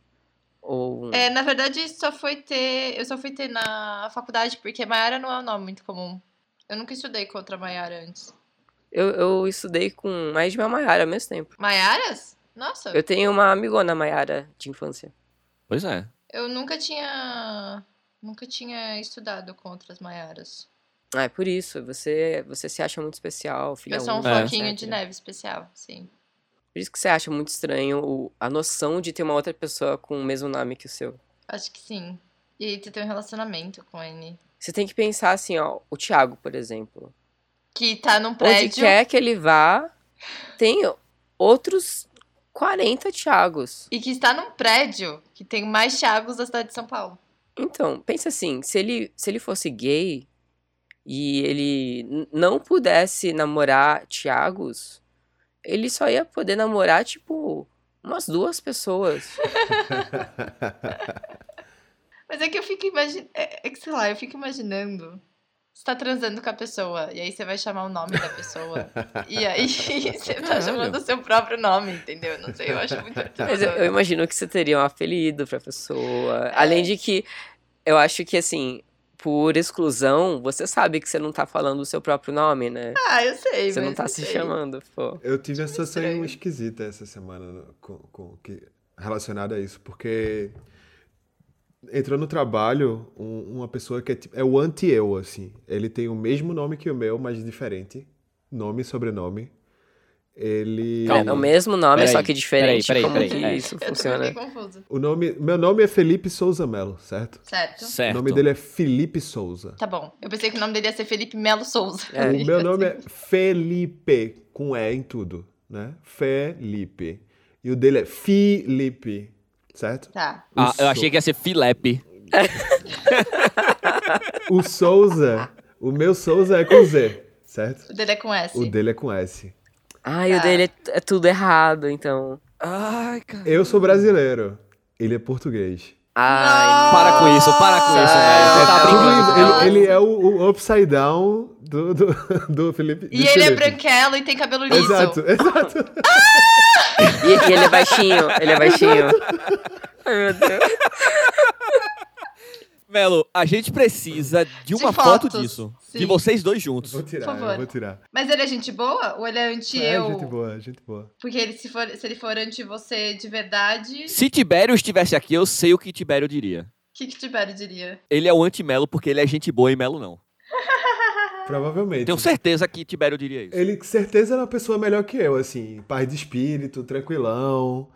C: Ou. um
A: É, na verdade, só foi ter. Eu só fui ter na faculdade, porque Maiara não é um nome muito comum. Eu nunca estudei com outra Maiara antes.
C: Eu, eu estudei com mais de uma Maiara ao mesmo tempo.
A: Maiaras? Nossa,
C: Eu
A: eu...
C: tenho uma amigona Maiara de infância.
D: Pois é.
A: nunca tinha. Nunca tinha estudado com outras Maiaras.
C: Ah, é por isso. Você, você se acha muito especial, filha
A: Eu sou um
C: única,
A: floquinho
C: etc.
A: de neve especial, sim.
C: Por isso que você acha muito estranho o- a noção de ter uma outra pessoa com o mesmo nome que o seu.
A: Acho que sim. E aí tu tem um relacionamento com ele.
C: Você tem que pensar assim, ó, o Thiago, por exemplo.
A: Que tá num
C: Onde
A: prédio.
C: quer que é? ele vá, tem outros 40 Thiagos.
A: E que está num prédio que tem mais Thiagos da cidade de São Paulo.
C: Então, pensa assim, se ele, se ele fosse gay e ele n- não pudesse namorar Thiagos, ele só ia poder namorar, tipo, umas duas pessoas.
A: Mas é que eu fico imaginando. É, é que sei lá, eu fico imaginando. Você tá transando com a pessoa, e aí você vai chamar o nome da
C: [LAUGHS]
A: pessoa. e aí [LAUGHS] você tá
D: Caralho.
A: chamando o seu próprio nome, entendeu? Não sei, eu acho muito.
C: [LAUGHS] Mas eu, eu imagino que você teria um apelido pra
A: É.
C: pessoa. Além de que, eu acho que, assim, por exclusão, você sabe que você não tá falando o seu próprio nome, né?
A: [LAUGHS] Ah, eu sei,
C: Você
A: mas
C: não tá
A: eu
C: se
A: sei.
C: chamando, pô.
B: Eu tive essa
A: estranho.
B: sensação esquisita essa semana no- com, com- que, relacionada a isso, porque entrou no trabalho um- uma pessoa que é, tipo- é o anti-eu, assim. Ele tem o mesmo nome que o meu, mas diferente. Nome e sobrenome. Ele.
D: Calma.
C: É o mesmo nome,
D: Peraí,
C: só que diferente.
D: peraí,
C: Como
D: peraí,
C: que
D: peraí.
C: isso
A: Eu tô [LAUGHS]
C: funciona?
A: meio confuso.
B: O nome, meu nome é Felipe Souza Melo, certo?
A: Certo.
D: Certo.
B: O nome dele é Felipe Souza.
A: Tá bom. Eu pensei que o nome dele ia ser Felipe Melo Souza. [LAUGHS]
C: É.
B: O meu nome é Felipe, com E em tudo, né? Felipe. E o dele é Felipe, certo?
A: Tá.
D: Ah,
B: O
D: eu achei que ia ser Filepe.
B: O Souza, O meu Souza é com Z, certo?
A: O dele é com S.
B: O dele é com S.
C: Ai, o
A: Tá.
C: dele é, é tudo errado, então.
D: Ai, cara.
B: Eu sou brasileiro. Ele é português.
C: Ai,
D: Para com isso, para com isso, velho. Você tá
B: Tudo
D: brincando.
B: isso. Ah, Ele, ele é o, o upside down do, do, do Felipe.
A: E
B: do
A: ele é
B: Felipe.
A: branquelo e tem cabelo liso.
B: Exato, exato.
C: E, e ele é baixinho, [LAUGHS] ele é baixinho. Ai, meu Deus.
D: Melo, a gente precisa de
A: De
D: uma foto
A: fotos,
D: disso.
A: sim.
D: De vocês dois juntos.
B: Vou tirar,
A: Por favor.
B: eu vou tirar.
A: Mas ele é gente boa ou ele é anti-eu?
B: É, gente boa, gente boa.
A: Porque ele, se, for, se ele for anti você de verdade, o
D: Se Tibério estivesse aqui, eu sei o que Tibério diria.
A: que, que Tibério diria?
D: Ele é o anti-Melo porque ele é gente boa e Melo não.
B: Provavelmente.
D: Tenho certeza que Tibério diria isso.
B: Ele com certeza era uma pessoa melhor que eu, assim, paz de espírito, tranquilão,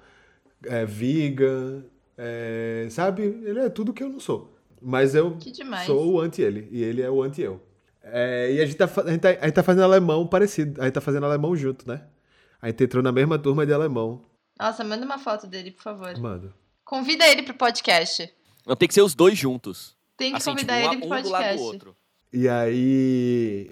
B: é, vegan, é, sabe? Ele é tudo que eu não sou. Mas eu
A: Que demais.
B: sou o anti-ele, e ele é o anti-eu. É, e a gente, tá, fa- a, gente tá, a gente tá fazendo alemão parecido, a gente tá fazendo alemão junto, né? A gente entrou na mesma turma de alemão.
A: Nossa, manda uma foto dele, por favor.
B: Mano,
A: Convida ele pro podcast.
D: Não, tem que ser os dois juntos.
A: Tem que
D: Assim, tipo,
A: convidar ele pro
D: um, um do lado
A: podcast.
D: do outro.
B: E aí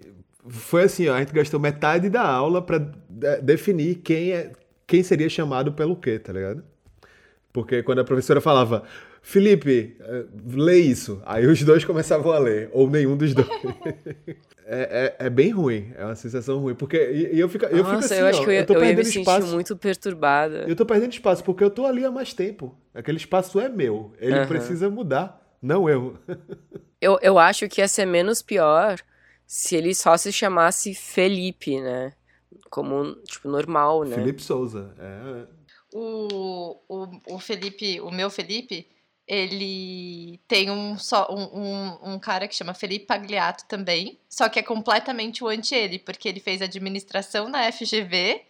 B: foi assim, ó, a gente gastou metade da aula pra de- definir quem é quem seria chamado pelo quê, tá ligado? Porque quando a professora falava, Felipe, eh, lê isso, aí os dois começavam a ler, ou nenhum dos
C: [LAUGHS]
B: dois. É, é- é bem ruim, é uma sensação ruim, porque e, e eu fico, eu fico
C: Nossa,
B: assim,
C: eu acho
B: ó,
C: que eu ia,
B: tô
C: eu ia
B: perdendo
C: me sentir
B: espaço.
C: muito perturbada.
B: Eu tô perdendo espaço porque eu tô ali há mais tempo. Aquele espaço é meu, ele
C: Aham.
B: precisa mudar, não eu.
C: Eu, eu acho que ia ser menos pior se ele só se chamasse Felipe, né? Como, tipo, normal, né?
B: Felipe Souza. é.
A: O, o, o Felipe, o meu Felipe, ele tem um, só, um, um, um cara que chama Felipe Pagliato também, só que é completamente o anti-ele, porque ele fez administração na FGV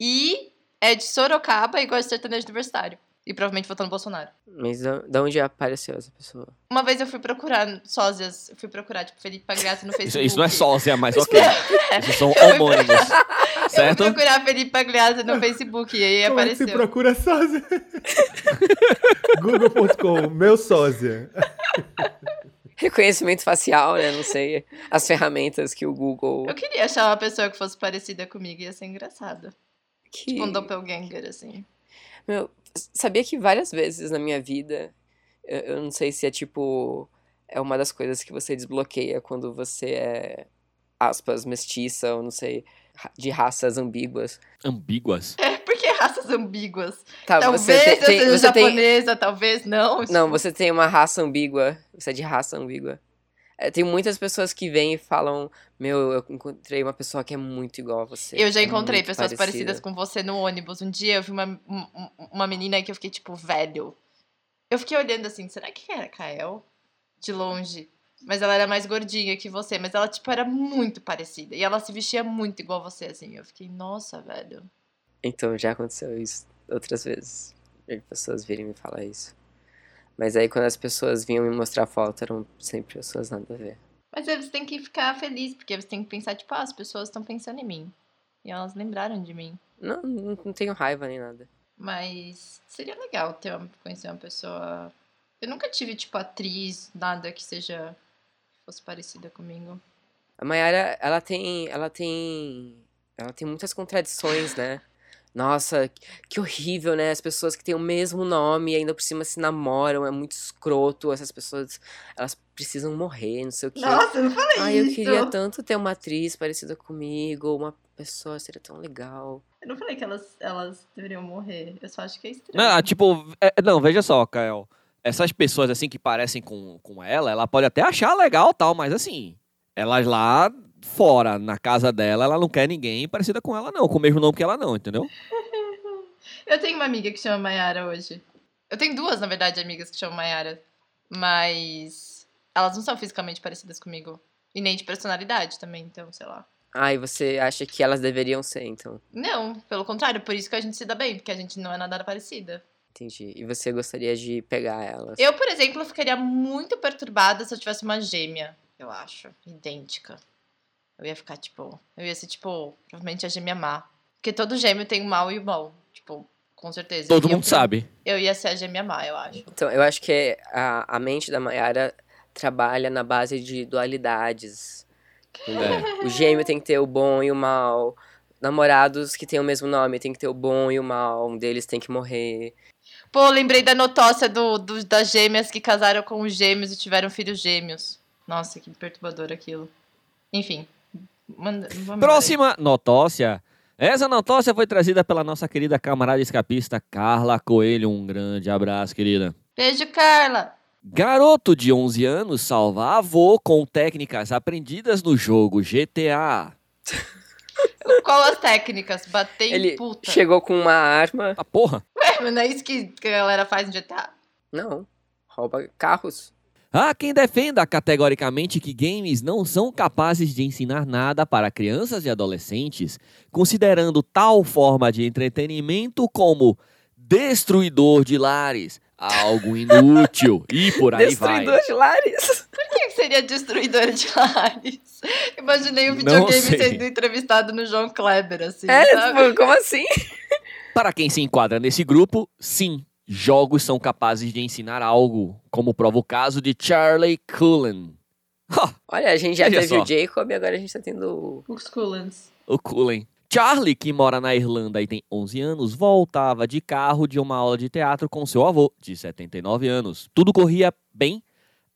A: e é de Sorocaba e gosta de sertanejo universitário. E provavelmente votou no Bolsonaro.
C: Mas da, da onde apareceu essa pessoa?
A: Uma vez eu fui procurar sósias, fui procurar, tipo, Felipe Pagliato no
D: [LAUGHS] Isso,
A: Facebook.
D: isso não é sósia, mas ok. Isso são
A: é. Eu-
D: homônimos.
A: [LAUGHS] Eu
D: Certo?
A: fui procurar Felipe Pagliato
B: [LAUGHS]
A: no Facebook e aí
B: Como é que se
A: apareceu.
B: procura sósia? [LAUGHS] Google.com, meu sósia.
C: Reconhecimento facial, né? Não sei. As ferramentas que o Google.
A: Eu queria achar uma pessoa que fosse parecida comigo, ia ser engraçado.
C: Que...
A: Tipo um doppelganger, assim. [LAUGHS]
C: Meu, s- sabia que várias vezes na minha vida, eu, eu não sei se é tipo, é uma das coisas que você desbloqueia quando você é, aspas, mestiça, ou não sei, ra- de raças ambíguas.
D: Ambíguas.
A: É, por que raças ambíguas?
C: Tá,
A: talvez
C: você te-
A: eu
C: tem-
A: seja
C: você tem-
A: japonesa, talvez não.
C: Não, você tem uma raça ambígua, você é de raça ambígua. É, tem muitas pessoas que vêm e falam, meu, eu encontrei uma pessoa que é muito igual a você.
A: Eu já
C: é
A: encontrei
C: muito
A: pessoas
C: parecida."
A: parecidas com você no ônibus. Um dia eu vi uma, um- um- uma menina que eu fiquei tipo, velho. Eu fiquei olhando assim, será que era Kael? De longe. Mas ela era mais gordinha que você, mas ela, tipo, era muito parecida. E ela se vestia muito igual você, assim. Eu fiquei, nossa, velho.
C: Então já aconteceu isso outras vezes. de Pessoas virem me falar isso. Mas aí quando as pessoas vinham me mostrar foto, eram sempre pessoas nada a ver.
A: Mas aí você tem que ficar feliz, porque você tem que pensar, tipo, ah, as pessoas estão pensando em mim. E elas lembraram de mim.
C: Não, não, não tenho raiva nem nada.
A: Mas seria legal ter uma, conhecer uma pessoa. Eu nunca tive, tipo, atriz, nada que seja. fosse parecida comigo.
C: A Mayara, ela tem. Ela tem. Ela tem muitas contradições, né? Nossa, que- que horrível, né? As pessoas que têm o mesmo nome e ainda por cima se namoram, é muito escroto. Essas pessoas, elas precisam morrer, não sei o quê.
A: Nossa, eu não falei
C: Ai, Ah, eu
A: isso.
C: queria tanto ter uma atriz parecida comigo, uma pessoa seria tão legal.
A: Eu não falei que elas, elas deveriam morrer. Eu só acho que é estranho.
D: Não, tipo, é- não, veja só, Kael. Essas pessoas assim que parecem com, com ela, ela pode até achar legal tal, mas assim, elas lá fora, na casa dela, ela não quer ninguém parecida com ela, não, com o mesmo nome que ela, não, entendeu?
A: Eu tenho uma amiga que chama Mayara hoje. Eu tenho duas, na verdade, amigas que chamam Mayara. Mas elas não são fisicamente parecidas comigo. E nem de personalidade também, então, sei lá.
C: Ai, Ah, você acha que elas deveriam ser, então.
A: Não, pelo contrário, por isso que a gente se dá bem, porque a gente não é nada parecida.
C: Entendi. E você gostaria de pegar
D: Assim.
C: elas.
A: Eu, por exemplo, ficaria muito perturbada se eu tivesse uma gêmea, eu acho, idêntica. Eu ia ficar tipo, eu ia ser tipo, provavelmente a gêmea má. Porque todo gêmeo tem o mal e o bom, tipo, com certeza.
D: Todo
A: E eu-
D: mundo sabe.
A: Eu ia ser a gêmea má, eu acho.
C: Então, eu acho que a, a mente da Mayara trabalha na base de dualidades.
D: É.
C: O gêmeo tem que ter o bom e o mal. Namorados que têm o mesmo nome tem que ter o bom e o mal. Um deles tem que morrer.
A: Pô, lembrei da notócia do, do- das gêmeas que casaram com os gêmeos e tiveram filhos gêmeos. Nossa, que perturbador aquilo. Enfim. Manda, vamos embora.
D: Próxima notócia. Essa notócia foi trazida pela nossa querida camarada escapista Carla Coelho. Um grande abraço, querida.
A: Beijo, Carla.
D: Garoto de 11 anos salva avô com técnicas aprendidas no jogo GTA.
A: Qual as técnicas? Bater em
C: Ele
A: puta.
C: chegou com uma arma.
D: Ah, porra.
A: É, mas [LAUGHS] não é isso que que a galera faz no GTA?
C: Não. Rouba carros.
D: Há quem defenda categoricamente que games não são capazes de ensinar nada para crianças e adolescentes, considerando tal forma de entretenimento como destruidor de lares, algo inútil e por aí vai.
C: Destruidor de lares.
A: Por que que seria destruidor de lares? Imaginei o
D: Não
A: videogame
D: sei.
A: sendo entrevistado no João Kleber, assim.
C: É,
A: sabe?
C: tipo, como assim?
D: Para quem se enquadra nesse grupo, sim, jogos são capazes de ensinar algo, como prova o caso de Charlie Cullen. Ha,
C: Olha, a gente já
D: Veja
C: teve
D: só.
C: o Jacob e agora a gente tá tendo o
A: Os Coolants.
D: o Cullen. Charlie, que mora na Irlanda e tem 11 anos, voltava de carro de uma aula de teatro com seu avô, de 79 anos. Tudo corria bem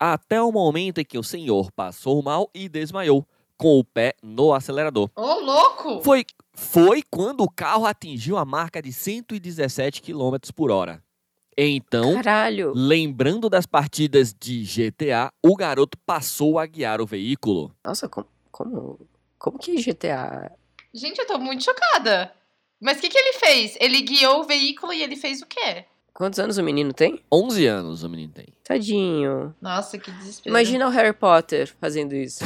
D: até o momento em que o senhor passou mal e desmaiou, com o pé no acelerador.
A: Ô, louco!
D: Foi, foi quando o carro atingiu a marca de 117 km por hora. Então,
C: caralho.
D: Lembrando das partidas de GTA, o garoto passou a guiar o veículo.
C: Nossa, como, como, como que GTA?
A: Gente, eu tô muito chocada. Mas o que, que ele fez? Ele guiou o veículo e ele fez o quê?
C: Quantos anos o menino tem?
D: 11 anos o menino tem.
C: Tadinho.
A: Nossa, que desespero.
C: Imagina o Harry Potter fazendo isso.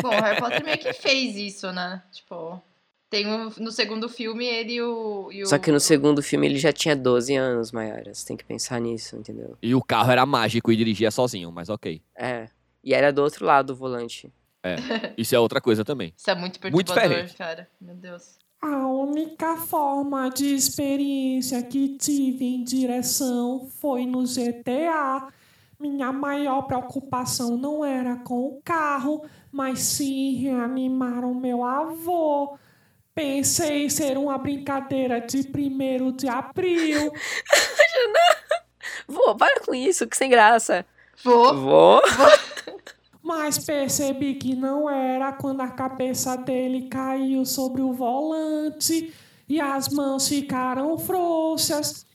A: Bom, o Harry Potter meio que fez isso, né? Tipo, tem um- no segundo filme ele e o. e o-
C: Só que no segundo filme ele já tinha 12 anos, Mayara. Você tem que pensar nisso, entendeu?
D: E o carro era mágico e dirigia sozinho, mas ok.
C: É. E era do outro lado do volante.
D: Isso é outra coisa também.
A: Isso é muito
D: Muito
A: perturbador,
D: diferente.
A: cara. Meu Deus.
G: A única forma de experiência que tive em direção foi no GTA. Minha maior preocupação não era com o carro, mas sim reanimar o meu avô. Pensei ser uma brincadeira de 1 de abril.
C: [LAUGHS] Vô, para com isso, que sem graça.
A: Vou.
C: Vô?
G: Mas percebi que não era quando a cabeça dele caiu sobre o volante e as mãos ficaram frouxas.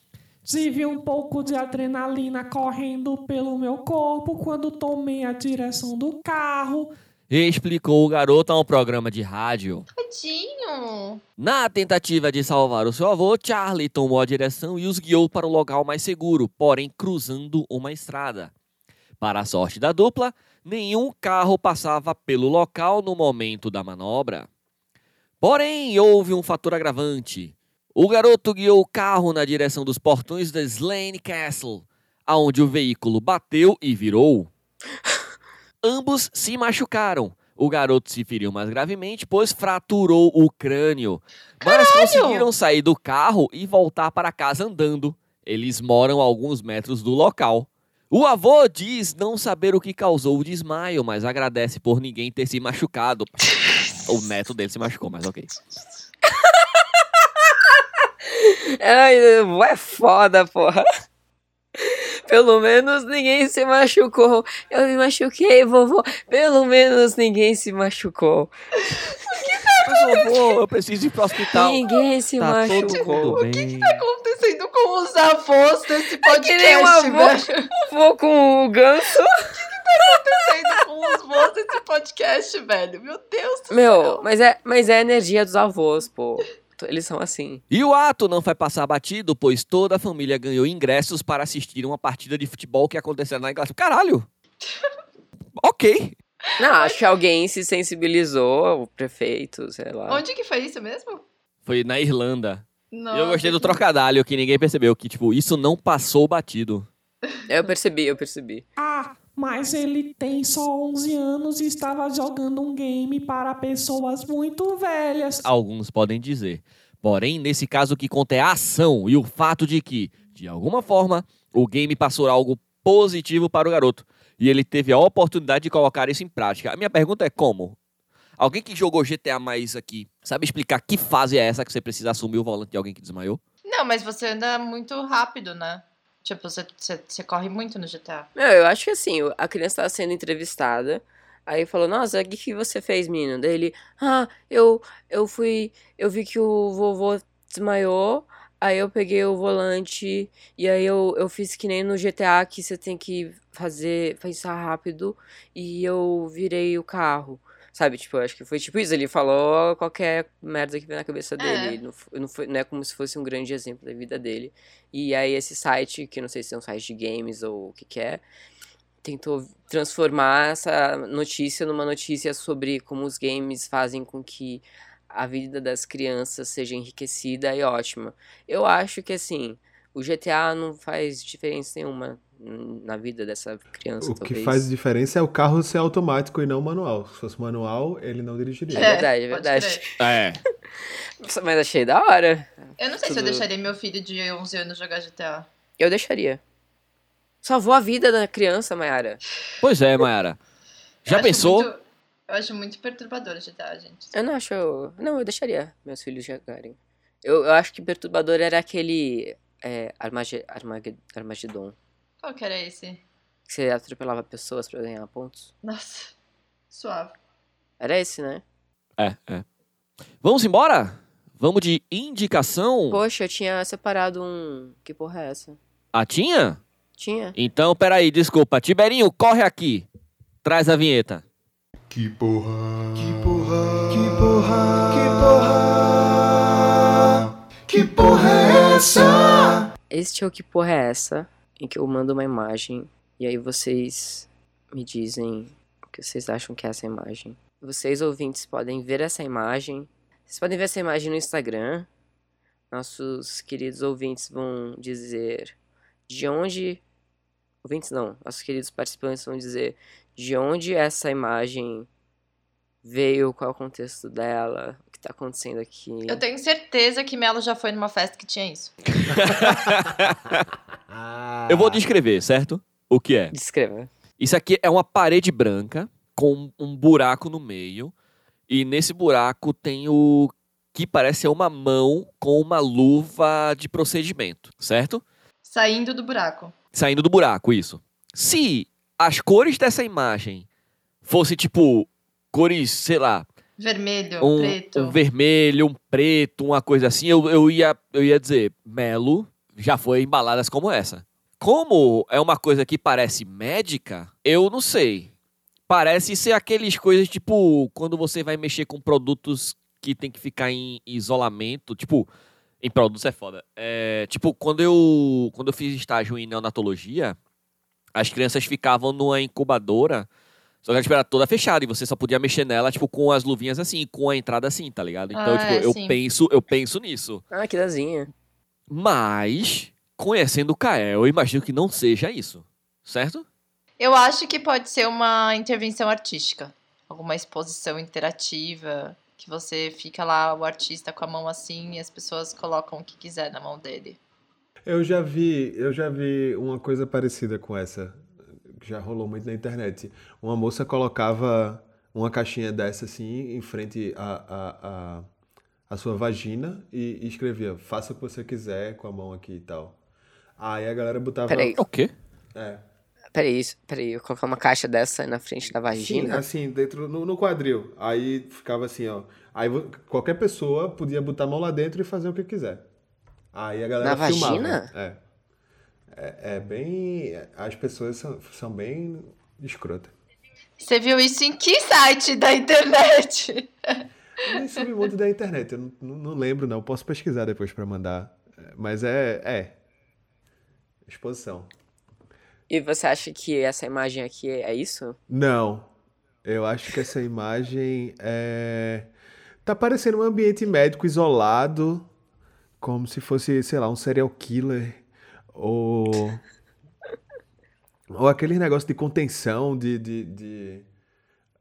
G: Tive um pouco de adrenalina correndo pelo meu corpo quando tomei a direção do carro.
D: Explicou o garoto a um programa de rádio.
A: Tadinho.
D: Na tentativa de salvar o seu avô, Charlie tomou a direção e os guiou para o local mais seguro, porém cruzando uma estrada. Para a sorte da dupla, nenhum carro passava pelo local no momento da manobra. Porém, houve um fator agravante. O garoto guiou o carro na direção dos portões da Slane Castle, aonde o veículo bateu e virou. Ambos se machucaram. O garoto se feriu mais gravemente, pois fraturou o crânio. Mas conseguiram sair do carro e voltar para casa andando. Eles moram a alguns metros do local. O avô diz não saber o que causou o desmaio, mas agradece por ninguém ter se machucado. O neto dele se machucou, mas ok.
C: [LAUGHS] Ai, vô é foda, porra. [LAUGHS] Pelo menos ninguém se machucou. Eu me machuquei, vovô. Pelo menos ninguém se machucou.
D: Mas avô, eu preciso ir pro hospital.
C: Ninguém se
D: Tá todo
C: machucou.
D: mundo bem.
A: O que tá acontecendo com os avós [LAUGHS] desse
C: nem um
A: podcast,
C: avô.
A: velho?
C: Vou com o ganso.
A: acontecendo com os avós desse podcast, velho? Meu Deus do
C: Meu, mas é, mas é a energia dos avós, pô. Eles são assim.
D: E o ato não vai passar batido, pois toda a família ganhou ingressos para assistir uma partida de futebol que aconteceu na Inglaterra. Caralho! ok.
C: Não, acho que alguém se sensibilizou, o prefeito, sei lá.
A: Onde que foi isso mesmo?
D: Foi na Irlanda. E
A: Não.
D: eu gostei do trocadalho, que ninguém percebeu. Que, tipo, isso não passou batido.
C: Eu percebi, eu percebi.
G: Ah, mas ele tem só 11 anos e estava jogando um game para pessoas muito velhas.
D: Alguns podem dizer. Porém, nesse caso, o que conta é a ação e o fato de que, de alguma forma, o game passou algo positivo para o garoto. E ele teve a oportunidade de colocar isso em prática. A minha pergunta é como? Alguém que jogou GTA mais aqui, sabe explicar que fase é essa que você precisa assumir o volante de alguém que desmaiou?
A: Não, mas você anda muito rápido, né? Tipo, você, você, você corre muito no GTA.
C: Não, eu acho que assim, a criança tava sendo entrevistada. Aí falou, nossa, o que, que você fez, menino? Daí ele, ah, eu, eu fui. Eu vi que o vovô desmaiou. Aí eu peguei o volante. E aí eu, eu fiz que nem no GTA que você tem que fazer. pensar rápido. E eu virei o carro. Sabe, tipo, eu acho que foi tipo isso. Ele falou qualquer merda que veio na cabeça dele. Não, f- não, foi, não é como se fosse um grande exemplo da vida dele. E aí esse site, que eu não sei se é um site de games ou o que que é, tentou transformar essa notícia numa notícia sobre como os games fazem com que a vida das crianças seja enriquecida e ótima. Eu acho que assim, o GTA não faz diferença nenhuma hum, na vida dessa criança,
B: O
C: talvez.
B: que faz diferença é o carro ser automático e não manual. Se fosse manual, ele não dirigiria.
C: É verdade, é
A: pode
C: verdade.
A: crer.
D: É.
C: Nossa, Mas achei da hora.
A: Eu não sei se eu
C: Tudo-
A: deixaria meu filho de 11 anos jogar GTA.
C: Eu deixaria. Salvou a vida da criança, Mayara.
D: Pois é, Mayara.
A: Eu
D: Já
A: acho
D: pensou?
A: muito- eu acho muito perturbador o GTA, gente.
C: Eu não acho. Não, eu deixaria meus filhos jogarem. Eu, eu acho que perturbador era aquele. É, Armage- Armage- Armagedon.
A: Qual que era esse?
C: Que você atropelava pessoas pra ganhar pontos.
A: Nossa, suave.
C: Era esse, né?
D: É, é. Vamos embora? Vamos de indicação?
C: Poxa, eu tinha separado um. Que porra é essa?
D: A tinha?
C: Tinha?
D: Então, peraí, desculpa. Tiberinho, corre aqui. Traz a vinheta.
H: Que porra. Que porra.
E: Que porra, que porra, que porra é essa?
C: Este é o Que Porra é essa? Em que eu mando uma imagem. E aí vocês me dizem o que vocês acham que é essa imagem. Vocês ouvintes podem ver essa imagem. Vocês podem ver essa imagem no Instagram. Nossos queridos ouvintes vão dizer de onde. Ouvintes não, nossos queridos participantes vão dizer de onde essa imagem veio, qual é o contexto dela, o que tá acontecendo aqui.
A: Eu tenho certeza que Melo já foi numa festa que tinha isso.
B: Ah.
D: Eu vou descrever, certo? O que é?
C: Descreva.
D: Isso aqui é uma parede branca com um buraco no meio. E nesse buraco tem o que parece ser uma mão com uma luva de procedimento, certo?
A: Saindo do buraco.
D: Saindo do buraco, isso. Se as cores dessa imagem fossem tipo cores, sei lá,
A: Vermelho,
D: um,
A: preto.
D: um vermelho, um preto, uma coisa assim, eu, eu, ia, eu ia dizer, Melo já foi em baladas como essa. Como é uma coisa que parece médica, eu não sei. Parece ser aqueles coisas tipo quando você vai mexer com produtos que tem que ficar em isolamento, tipo, em produtos é foda. É, tipo, quando eu quando eu fiz estágio em neonatologia, as crianças ficavam numa incubadora só que a gente era toda fechada e você só podia mexer nela, tipo, com as luvinhas assim, com a entrada assim, tá ligado? Então,
A: Ah,
D: tipo,
A: é,
D: eu
A: sim.
D: penso, eu penso nisso.
C: Ah, que dazinha.
D: Mas, conhecendo o Kael, eu imagino que não seja isso. Certo?
A: Eu acho que pode ser uma intervenção artística. Alguma exposição interativa. Que você fica lá, o artista com a mão assim, e as pessoas colocam o que quiser na mão dele.
B: Eu já vi, eu já vi uma coisa parecida com essa. que Já rolou muito na internet. Uma moça colocava uma caixinha dessa assim em frente à à- à- à sua vagina e, e escrevia: faça o que você quiser com a mão aqui e tal. Aí a galera botava.
C: Peraí.
D: O quê?
B: É.
C: Peraí, isso- peraí, eu colocar uma caixa dessa na frente da
B: Sim,
C: vagina?
B: assim, dentro no, no quadril. Aí ficava assim, ó. Aí vo- qualquer pessoa podia botar a mão lá dentro e fazer o que quiser. Aí a galera
C: Na
B: filmava.
C: vagina?
B: É. é. é bem. As pessoas são, são bem escrotas.
A: Você viu isso em que site da internet?
B: Nem submundo da internet, eu não, não- não lembro, não. Posso pesquisar depois pra mandar. Mas é. É. Exposição.
C: E você acha que essa imagem aqui é isso?
B: Não. Eu acho que essa imagem é. Tá parecendo um ambiente médico isolado, como se fosse, sei lá, um serial killer. Ou. Ou aquele negócio de contenção, de. de, de,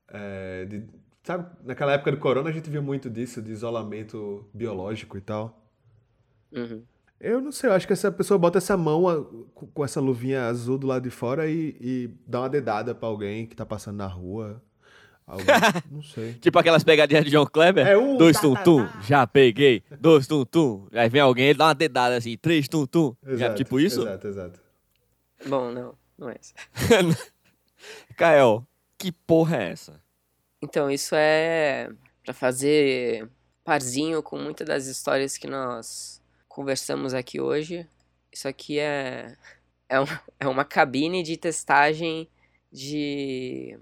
B: é, de- Sabe, naquela época do corona a gente viu muito disso, de isolamento biológico e tal.
C: Uhum.
B: Eu não sei, eu acho que essa pessoa bota essa mão a- com- com essa luvinha azul do lado de fora e, e dá uma dedada pra alguém que tá passando na rua.
A: [LAUGHS]
B: Algum- não sei.
D: Tipo aquelas pegadinhas de João Kleber.
B: É um,
D: Dois
B: tá,
D: tum
B: tá,
D: tum,
B: tá.
D: já peguei. Dois tum tum. Aí vem alguém, ele dá uma dedada assim. Três tum tum. Já,
B: Exato,
D: tipo isso?
B: Exato, exato.
C: Bom, não, não é isso.
D: Kael, que porra é essa?
C: Então, isso é pra fazer parzinho com muitas das histórias que nós conversamos aqui hoje. Isso aqui é, é, um- é uma cabine de testagem de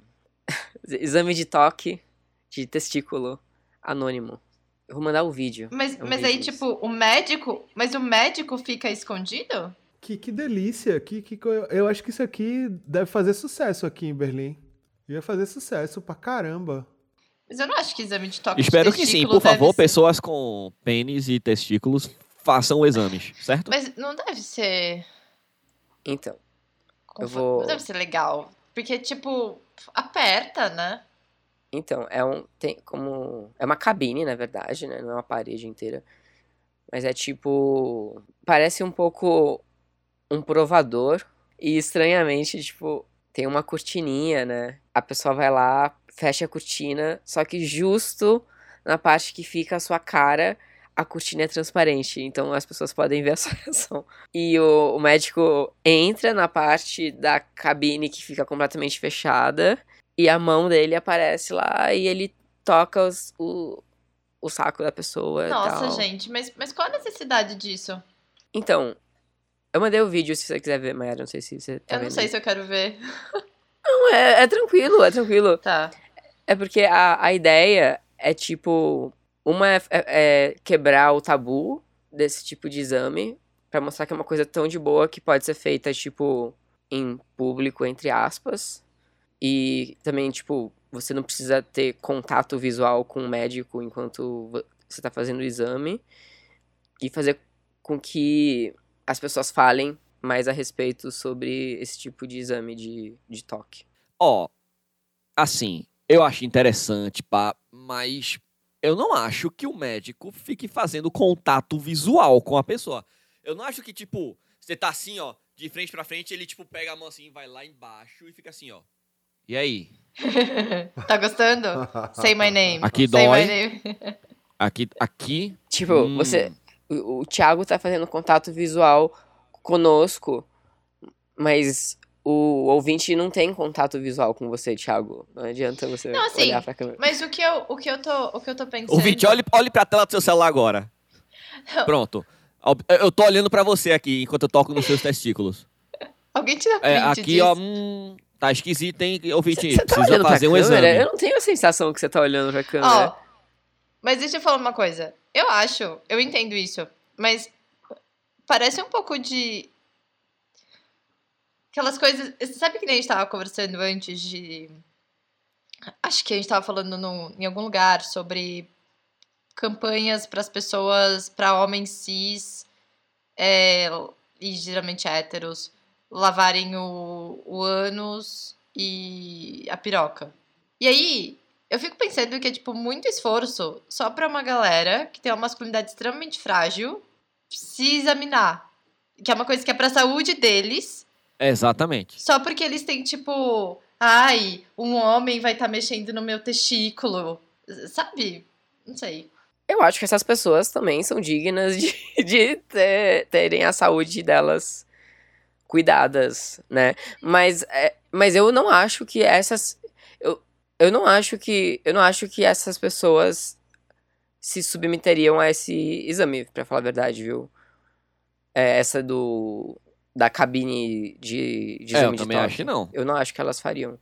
C: [LAUGHS] exame de toque de testículo anônimo. Eu vou mandar o
A: [LAUGHS]
C: vídeo.
A: Mas,
C: É um
A: mas
C: beijo
A: aí,
C: isso.
A: tipo, o médico. Mas o médico fica escondido?
B: Que, que delícia. Que, que, co- eu acho que isso aqui deve fazer sucesso aqui em Berlim. Ia fazer sucesso pra caramba.
A: Mas eu não acho que exame de toque de
D: Espero que sim.
A: testículo
D: Por
A: deve
D: favor,
A: ser-
D: pessoas com pênis e testículos façam exames, certo?
A: Mas não deve ser.
C: Então,
A: confo-
C: vou-
A: Não deve ser legal. Porque, tipo, aperta, né?
C: Então, é um. Tem como. É uma cabine, na verdade, né? Não é uma parede inteira. Mas é tipo. Parece um pouco um provador. E estranhamente, tipo, tem uma cortininha, né? A pessoa vai lá, fecha a cortina, só que justo na parte que fica a sua cara, a cortina é transparente. Então as pessoas podem ver a sua [LAUGHS] reação. E o, o médico entra na parte da cabine que fica completamente fechada. E a mão dele aparece lá e ele toca os- o, o saco da pessoa. e
A: Nossa,
C: tal.
A: gente, mas, mas qual a necessidade disso?
C: Então, eu mandei o vídeo se você quiser ver, Mayara. Não sei se você tá
A: eu não
C: vendo.
A: sei se eu quero ver.
C: Não, é, é tranquilo, é tranquilo.
A: Tá.
C: É porque a, a ideia é tipo. Uma é, é- é quebrar o tabu desse tipo de exame pra mostrar que é uma coisa tão de boa que pode ser feita, tipo, em público, entre aspas. E também, tipo, você não precisa ter contato visual com o médico enquanto vo- você tá fazendo o exame. E fazer com que as pessoas falem mais a respeito sobre esse tipo de exame de, de toque.
D: Ó, assim, eu acho interessante, pá, mas eu não acho que o médico fique fazendo contato visual com a pessoa. Eu não acho que, tipo, você tá assim, ó, de frente pra frente, ele, tipo, pega a mão assim, vai lá embaixo e fica assim, ó. E aí?
A: tá
C: [LAUGHS]
A: gostando? [LAUGHS] Say my name.
D: Aqui
A: Say
D: dói.
A: My name.
D: Aqui, aqui,
C: Tipo,
D: Hum.
C: você. O, o Thiago tá fazendo contato visual conosco, mas o ouvinte não tem contato visual com você, Thiago. Não adianta você
A: Não, assim,
C: olhar pra câmera.
A: Mas o que eu, o que eu tô, o que eu tô pensando?
D: Ouvinte, olhe, olhe pra tela do seu celular agora.
A: Não.
D: Pronto. Ob- Eu tô olhando pra você aqui enquanto eu toco nos seus
C: [LAUGHS]
D: testículos.
A: Alguém tira print
D: É, aqui,
A: disso.
D: ó. hum, tá esquisito, hein? Ouvinte,
C: Você tá
D: precisa
C: olhando pra
D: fazer um
C: câmera?
D: exame.
C: Eu não tenho a sensação que você tá olhando pra câmera.
A: Ó, mas deixa eu falar uma coisa. Eu acho, eu entendo isso, mas parece um pouco de. Aquelas coisas. Sabe que nem a gente tava conversando antes de. Acho que a gente tava falando no, em algum lugar sobre campanhas para as pessoas, para homens cis é, e geralmente héteros, lavarem o, o ânus e a piroca. E aí, eu fico pensando que é, tipo, muito esforço só pra uma galera que tem uma masculinidade extremamente frágil se examinar. Que é uma coisa que é pra saúde deles,
D: Exatamente.
A: só porque eles têm, tipo, ai, um homem vai estar mexendo no meu testículo. Sabe? Não sei.
C: Eu acho que essas pessoas também são dignas de, [LAUGHS] de ter- terem a saúde delas cuidadas, né? Mas, é, mas eu não acho que essas. Eu, eu não acho que. Eu não acho que essas pessoas se submeteriam a esse exame, pra falar a verdade, viu? É, essa do. Da cabine de, de
D: É,
C: exame
D: eu
C: de
D: também
C: toque.
D: acho que não.
C: Eu não acho que elas fariam.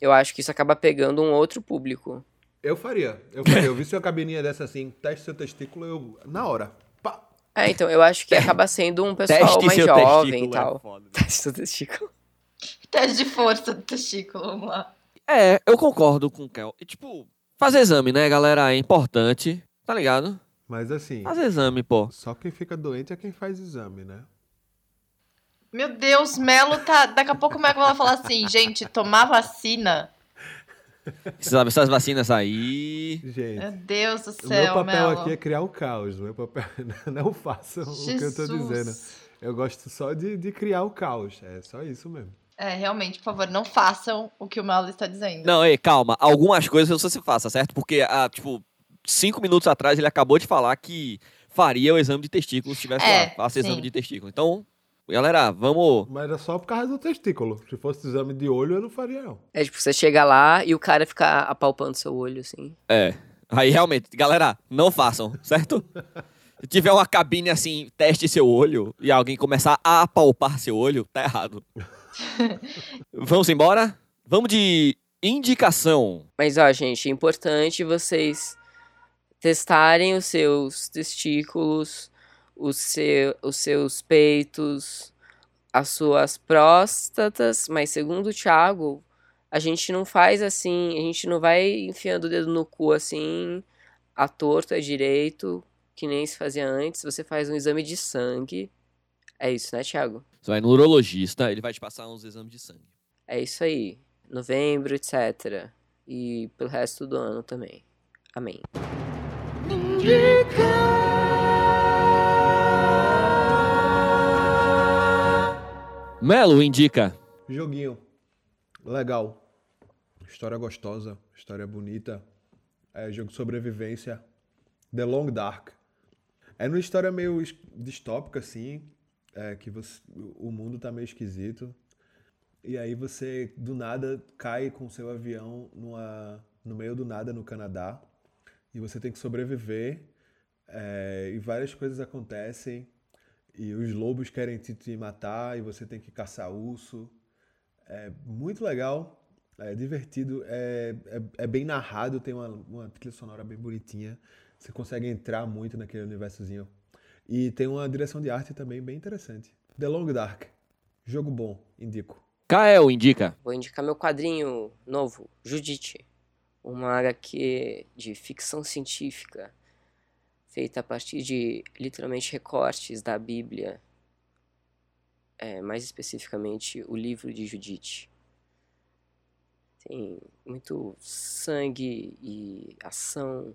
C: Eu acho que isso acaba pegando um outro público.
B: Eu faria. Eu faria. Eu vi sua cabininha dessa assim, teste seu testículo, eu. Na hora. Pá.
C: É, então, eu
D: [LAUGHS]
C: acho que acaba sendo um pessoal
D: Teste
C: mais
D: seu
C: jovem e
D: testículo. é
C: tal.
D: foda.
C: [LAUGHS] Teste seu testículo.
A: Teste de força do testículo, vamos lá.
D: É, eu concordo com o Kel. E, tipo, fazer exame, né, galera? É importante. Tá ligado?
B: Mas assim,
D: Fazer exame, pô.
B: só quem fica doente é quem faz exame, né?
A: Meu Deus, Melo tá. Daqui a pouco o Melo vai falar assim, gente, tomar vacina.
D: Você sabe, essas vacinas aí.
B: Gente.
A: Meu Deus do
B: O meu
A: céu,
B: papel
A: Melo.
B: aqui é criar o caos. Meu papel [LAUGHS] é não façam o que eu tô dizendo.
A: Jesus.
B: Eu gosto só de, de criar o caos. É só isso mesmo.
A: É, realmente, por favor, não façam o que o Mauro está dizendo.
D: Não, ei, calma. Algumas coisas eu só se faça, certo? Porque, ah, tipo, cinco minutos atrás ele acabou de falar que faria o exame de testículo se estivesse
A: É,
D: lá. Faça exame
A: sim.
D: de testículo. Então, galera, vamos.
I: Mas era só por causa do testículo. Se fosse exame de olho, eu não faria, não.
C: É tipo, você chega lá e o cara fica apalpando seu olho, assim.
D: É. Aí realmente, galera, não façam, certo? Se tiver uma cabine assim, teste seu olho e alguém começar a apalpar seu olho, tá
A: [LAUGHS]
D: errado. Vamos embora? Vamos de indicação.
C: Mas, ó, gente, é importante vocês testarem os seus testículos, os, seu, os seus peitos, as suas próstatas. Mas, segundo o Thiago, a gente não faz assim, a gente não vai enfiando o dedo no cu assim, a torta é direito, que nem se fazia antes. Você faz um exame de sangue. É isso, né, Thiago?
D: Você vai no urologista, ele vai te passar uns exames de sangue.
C: É isso aí. Novembro, etc. E pelo resto do ano também. Amém.
D: Melo indica.
B: Joguinho. Legal. História gostosa, história bonita. É jogo de sobrevivência. The Long Dark. É uma história meio es- distópica, assim. é, que você- o mundo tá meio esquisito. E aí você, do nada, cai com seu avião numa- no meio do nada no Canadá. E você tem que sobreviver. é, e várias coisas acontecem. E os lobos querem te, te matar. E você tem que caçar urso. É muito legal, é divertido, é, é, é bem narrado, tem uma, uma trilha sonora bem bonitinha. Você consegue entrar muito naquele universozinho. E tem uma direção de arte também bem interessante. The Long Dark. Jogo bom, indico.
D: Kael indica.
C: Vou indicar meu quadrinho novo, Judite. Uma HQ de ficção científica, feita a partir de literalmente recortes da Bíblia. É, mais especificamente, o livro de Judite. Tem muito sangue e ação,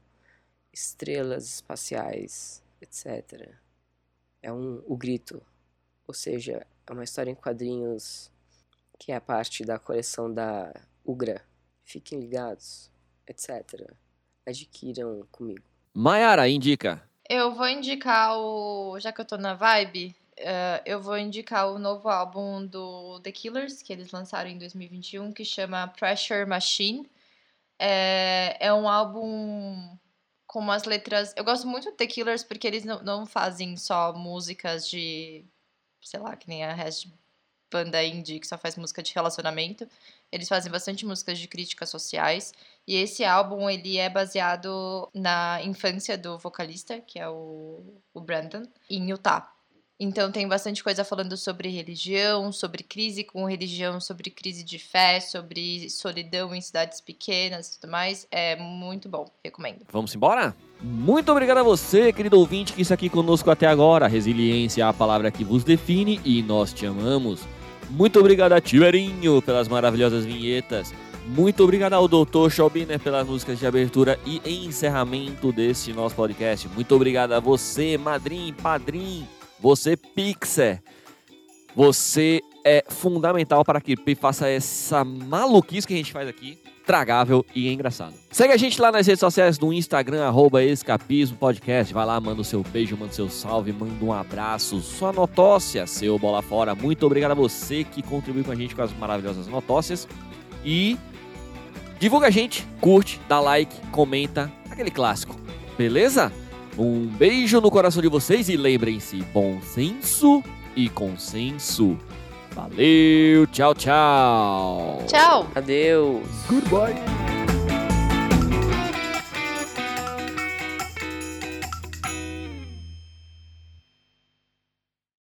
C: estrelas espaciais, etc. É um O Grito. Ou seja, é uma história em quadrinhos que é a parte da coleção da Ugra. Fiquem ligados, etc. Adquiram comigo.
D: Maiara indica.
A: Eu vou indicar o. Já que eu tô na vibe, eh, eu vou indicar o novo álbum do The Killers, que eles lançaram em 2021, que chama Pressure Machine. É, é um álbum com umas letras. Eu gosto muito do The Killers porque eles não, não fazem só músicas de. Sei lá, que nem a resto de banda indie que só faz música de relacionamento. Eles fazem bastante músicas de críticas sociais. E esse álbum, ele é baseado na infância do vocalista, que é o, o Brandon, em Utah. Então tem bastante coisa falando sobre religião, sobre crise com religião, sobre crise de fé, sobre solidão em cidades pequenas e tudo mais. É muito bom, recomendo.
D: Vamos embora? Muito obrigado a você, querido ouvinte, que está aqui conosco até agora. Resiliência é a palavra que vos define e nós te amamos. Muito obrigado a Tio Erinho pelas maravilhosas vinhetas. Muito obrigado ao Dr. Schaubiner pelas músicas de abertura e encerramento desse nosso podcast. Muito obrigado a você, madrim, padrim, você pixer. Você é fundamental para que Pi faça essa maluquice que a gente faz aqui tragável e engraçado. Segue a gente lá nas redes sociais no Instagram, arroba Escapismo Podcast. Vai lá, manda o seu beijo, manda o seu salve, manda um abraço, sua notócia, seu bola fora. Muito obrigado a você que contribui com a gente com as maravilhosas notócias. E divulga a gente, curte, dá like, comenta, aquele clássico, beleza? Um beijo no coração de vocês e lembrem-se, bom senso e consenso. Valeu, tchau, tchau.
A: Tchau!
C: Adeus!
B: Goodbye!